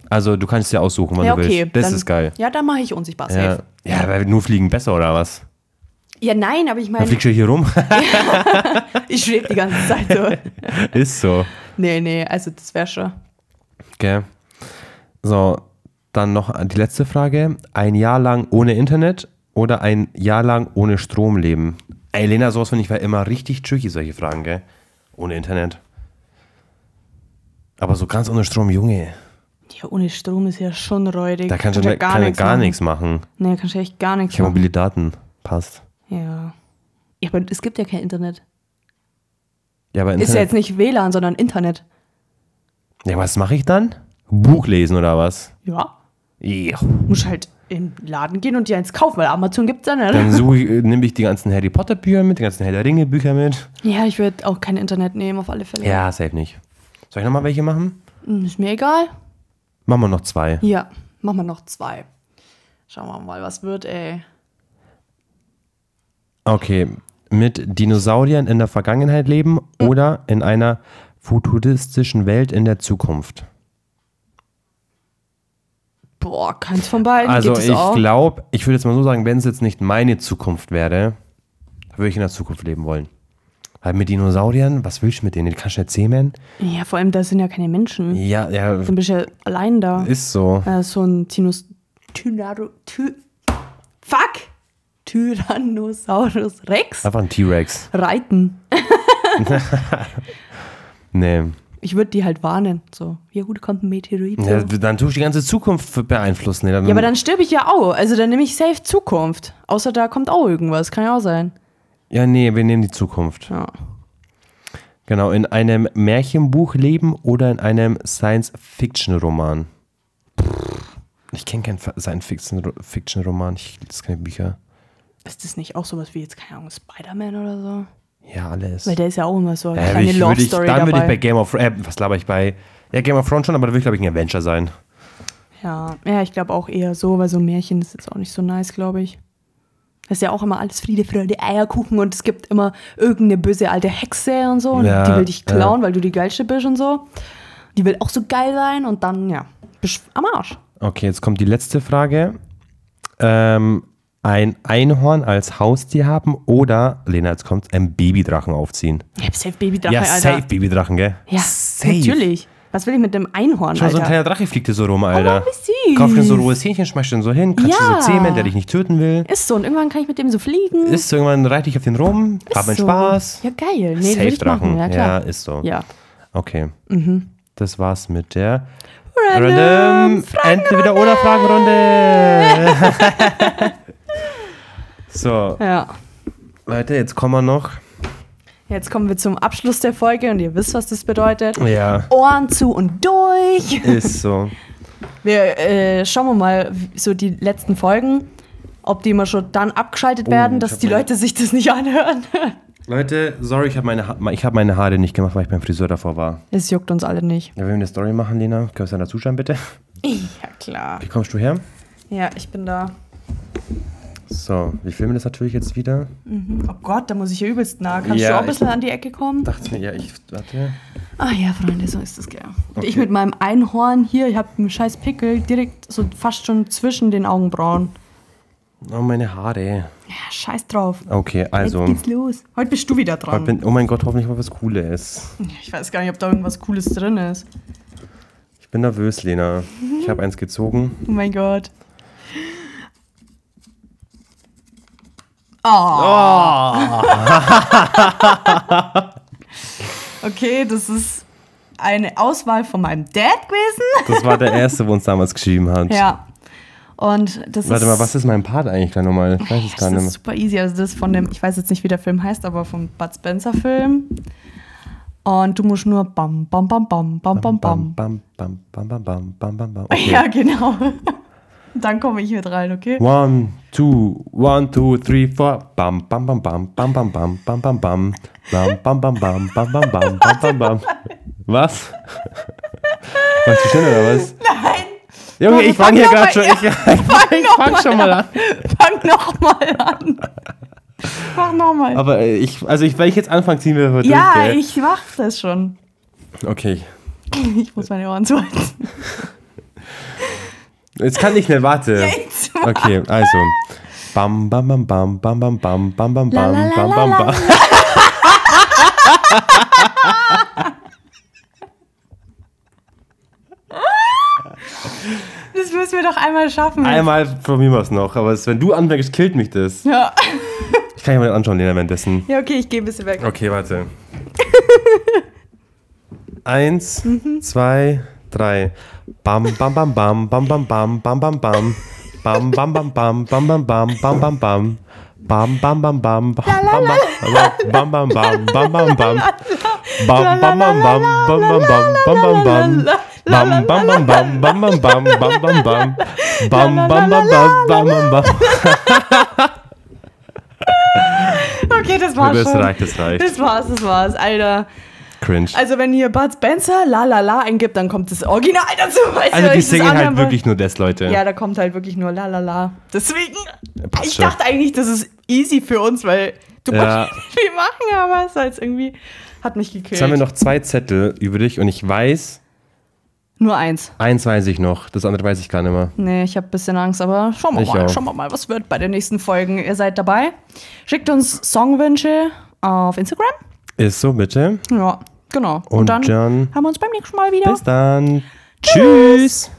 Also du kannst ja aussuchen, wann Mhm. Ja, du okay. willst. Das dann, ist geil. Ja, dann mache ich unsichtbar. Ja. Safe. ja, weil nur fliegen besser oder was? Ja, nein, aber ich Dann meine, fliegst du hier rum. ich schwebe die ganze Zeit so. ist so. nee, nee, also das wäre schon. Gell. So, dann noch die letzte Frage. Ein Jahr lang ohne Internet oder ein Jahr lang ohne Strom leben? Ey, Lena, sowas finde ich war immer richtig tricky, solche Fragen, gell? Ohne Internet. Aber so ganz ohne Strom, Junge, Ja, ohne Strom ist ja schon räudig. da kannst du ne- kann ja gar nichts machen. machen. Nee, kannst du echt gar nichts Ich habe machen. mobile Daten, passt. Ja. Ja, aber es gibt ja kein Internet. Ja, aber Ist ja Internet. jetzt nicht WLAN, sondern Internet. Ja, was mache ich dann? Buch lesen oder was? Ja. Ja. Muss halt in den Laden gehen und dir eins kaufen, weil Amazon gibt's ja nicht. Dann suche ich, äh, nehme ich die ganzen Harry Potter Bücher mit, die ganzen Herr der Ringe Bücher mit. Ja, ich würde auch kein Internet nehmen, auf alle Fälle. Ja, safe nicht. Soll ich nochmal welche machen? Hm, Ist mir egal. Machen wir noch zwei. Ja, machen wir noch zwei. Schauen wir mal, was wird, ey. Okay. Mit Dinosauriern in der Vergangenheit leben oder in einer futuristischen Welt in der Zukunft? Boah, keins von beiden. Also gibt es ich auch? glaube, ich würde jetzt mal so sagen, wenn es jetzt nicht meine Zukunft wäre, würde ich in der Zukunft leben wollen. Weil mit Dinosauriern, was willst du mit denen? Die kannst du nicht zähmen? Ja, vor allem, da sind ja keine Menschen. Ja, ja, Dann bist du ja allein da. ist so. Äh, so ein Tinus. Tynaro. Ty Fuck! Tyrannosaurus Rex? Einfach ein T-Rex. Reiten. Nee. Ich würde die halt warnen. So, ja gut, kommt ein Meteorit. so. Ja, Ja, dann tue ich die ganze Zukunft beeinflussen. Nee, dann, aber dann stirb ich ja auch. Also dann nehme ich safe Zukunft. Außer da kommt auch irgendwas. Kann ja auch sein. ja, nee, wir nehmen die Zukunft. Ja. Genau, in einem Märchenbuch leben oder in einem Science-Fiction-Roman? Ich kenne keinen Fa- Science-Fiction-Roman, ich lese keine Bücher. Ist das nicht auch sowas wie jetzt, keine Ahnung, Spider-Man oder so? Ja, alles. Weil der ist ja auch immer so eine Äh, kleine ich, würd Love ich, Story dann würde ich dabei. bei Game of Thrones, äh, was laber ich bei? Ja, Game of Thrones schon, aber da würde ich glaube ich ein Adventure sein. ja. ja, ich glaube auch eher so, weil so ein Märchen ist jetzt auch nicht so nice, glaube ich. Das ist ja auch immer alles Friede, Freude, Eierkuchen und es gibt immer irgendeine böse alte Hexe und so und Ja, die will dich ja. klauen, weil du die geilste bist und so. Die will auch so geil sein und dann, ja, bist am Arsch. Okay, jetzt kommt die letzte Frage. Ähm, ein Einhorn als Haustier haben oder, Lena, jetzt kommt, ein Babydrachen aufziehen. Ich hab safe Babydrache, ja, Alter. safe Babydrachen, gell? Ja, safe. natürlich. Was will ich mit dem Einhorn, Schau, Alter? Oh, so ein kleiner Drache fliegt dir so rum, Alter. wie süß. Kauf dir so ein rohes Hähnchen, schmeißt den so hin, kratzt dir Ja. so Zähmen, der dich nicht töten will. ist so und irgendwann kann ich mit dem so fliegen. Ist so, irgendwann reite ich auf den rum, hab meinen so. Spaß. Ja, geil. Nee, Safe Safe Drachen. Drachen. Ja, klar. ist so. Ja. Mhm. Okay. Das war's mit der Random Random Entweder oder Fragenrunde. so, Ja. Leute, jetzt kommen wir noch. Jetzt kommen wir zum Abschluss der Folge und ihr wisst, was das bedeutet. Ja, Ohren zu und durch. ist so. Wir äh, schauen wir mal wie- so die letzten Folgen, ob die immer schon dann abgeschaltet Oh, werden, ich dass hab die meine- Leute sich das nicht anhören. Leute, sorry, ich habe meine, Ha- ich hab meine Haare nicht gemacht, weil ich beim Friseur davor war. Es juckt uns alle nicht. Ja, wenn wir eine Story machen, Lena, kannst du dann dazuschreiben, bitte? Ja, klar. Wie kommst du her? Ja, ich bin da. So, wir filmen das natürlich jetzt wieder. Oh Gott, da muss ich ja übelst nah. Kannst Ja, du auch ein ich- bisschen an die Ecke kommen? Dachte ich mir, ja, ich. Warte. Ah ja, Freunde, so ist das, gell. Und Ich Okay. mit meinem Einhorn hier, ich hab einen scheiß Pickel direkt so fast schon zwischen den Augenbrauen. Oh, meine Haare. Ja, scheiß drauf. Okay, also. Jetzt geht's los. Heute bist du wieder Heute dran. bin, oh mein Gott, hoffentlich mal was Cooles. ich weiß gar nicht, ob da irgendwas Cooles drin ist. Ich bin nervös, Lena. Ich habe eins gezogen. Oh mein Gott. Oh. Ah. okay, das ist eine Auswahl von meinem Dad gewesen. Das war der erste, wo uns damals geschrieben hat. Ja. Und das Warte ist. mal, was ist mein Part eigentlich da nochmal? Ich weiß es Das gar nicht ist mehr. super easy. Also das von dem, ich weiß jetzt nicht, wie der Film heißt, aber vom Bud Spencer Film. Und du musst nur bam, bam, bam, bam, bam, bam, bam. bam, bam, bam, bam, bam, bam, bam, bam. Okay. Ja, genau. Dann komme ich mit rein, okay? One, two, one, two, three, four. Bam, bam, bam, bam, bam, bam, bam, bam, bam, bam. Bam, bam, bam, bam, bam, bam, bam, bam, bam, bam. Was? Warst du schön oder was? Nein, Junge, ich fang hier Fang gerade noch schon. Ich, ich fang schon mal an. fang nochmal an. Mach nochmal. Aber äh, ich, also ich, wenn ich jetzt anfange, ziehen wir durch. Ja, gell? ich mach das schon. Okay. Ich muss meine Ohren zuhalten. Jetzt kann ich nicht, warte. Jetzt. Okay, also. Bam, bam, bam, bam, bam, bam, bam, bam, bam, La, la, bam, la, bam, la, bam, la, bam. Das müssen wir doch einmal schaffen. Einmal probieren wir es noch, aber es, wenn du anfängst, killt mich das. Ja. Ich kann ja mal anschauen, Lena, währenddessen. ja, okay, ich gehe ein bisschen weg. Okay, warte. Eins, zwei, drei. Bam, bam, bam, bam, bam, bam, bam, bam, bam, bam. Bam, bam, bam, bam, bam, bam, bam, bam, bam, bam. Bam, bam, bam, bam, bam, bam, bam, bam, bam, bam, bam, bam, bam. Bam, bam, bam, bam, bam, bam, bam, bam, bam, bam. Bam, bam, bam, bam, bam, bam, bam, bam, bam, bam. Bam, bam, bam, bam, bam, bam, bam. Okay, das war's Das schon. reicht, das reicht. Das war's, das war's, Alter. Cringe. Also wenn ihr Bud Spencer la la la eingibt, dann kommt das Original dazu. Weißt Also ihr, die ich das singen anhören halt wollt. wirklich nur das, Leute. Ja, da kommt halt wirklich nur la la la. Deswegen, passt ich schon. dachte eigentlich, das ist easy für uns, weil du Ja. musst nicht viel machen, aber es ist halt irgendwie, hat mich gekillt. Jetzt haben wir noch zwei Zettel übrig und ich weiß, Nur eins. eins weiß ich noch, das andere weiß ich gar nicht mehr. Nee, ich habe ein bisschen Angst, aber schauen wir Ich mal, auch. schauen wir mal, was wird bei den nächsten Folgen. Ihr seid dabei. Schickt uns Songwünsche auf Instagram. Ist so, bitte. Ja, genau. Und, Und dann, dann- Oh. haben wir uns beim nächsten Mal wieder. Bis dann. Tschüss.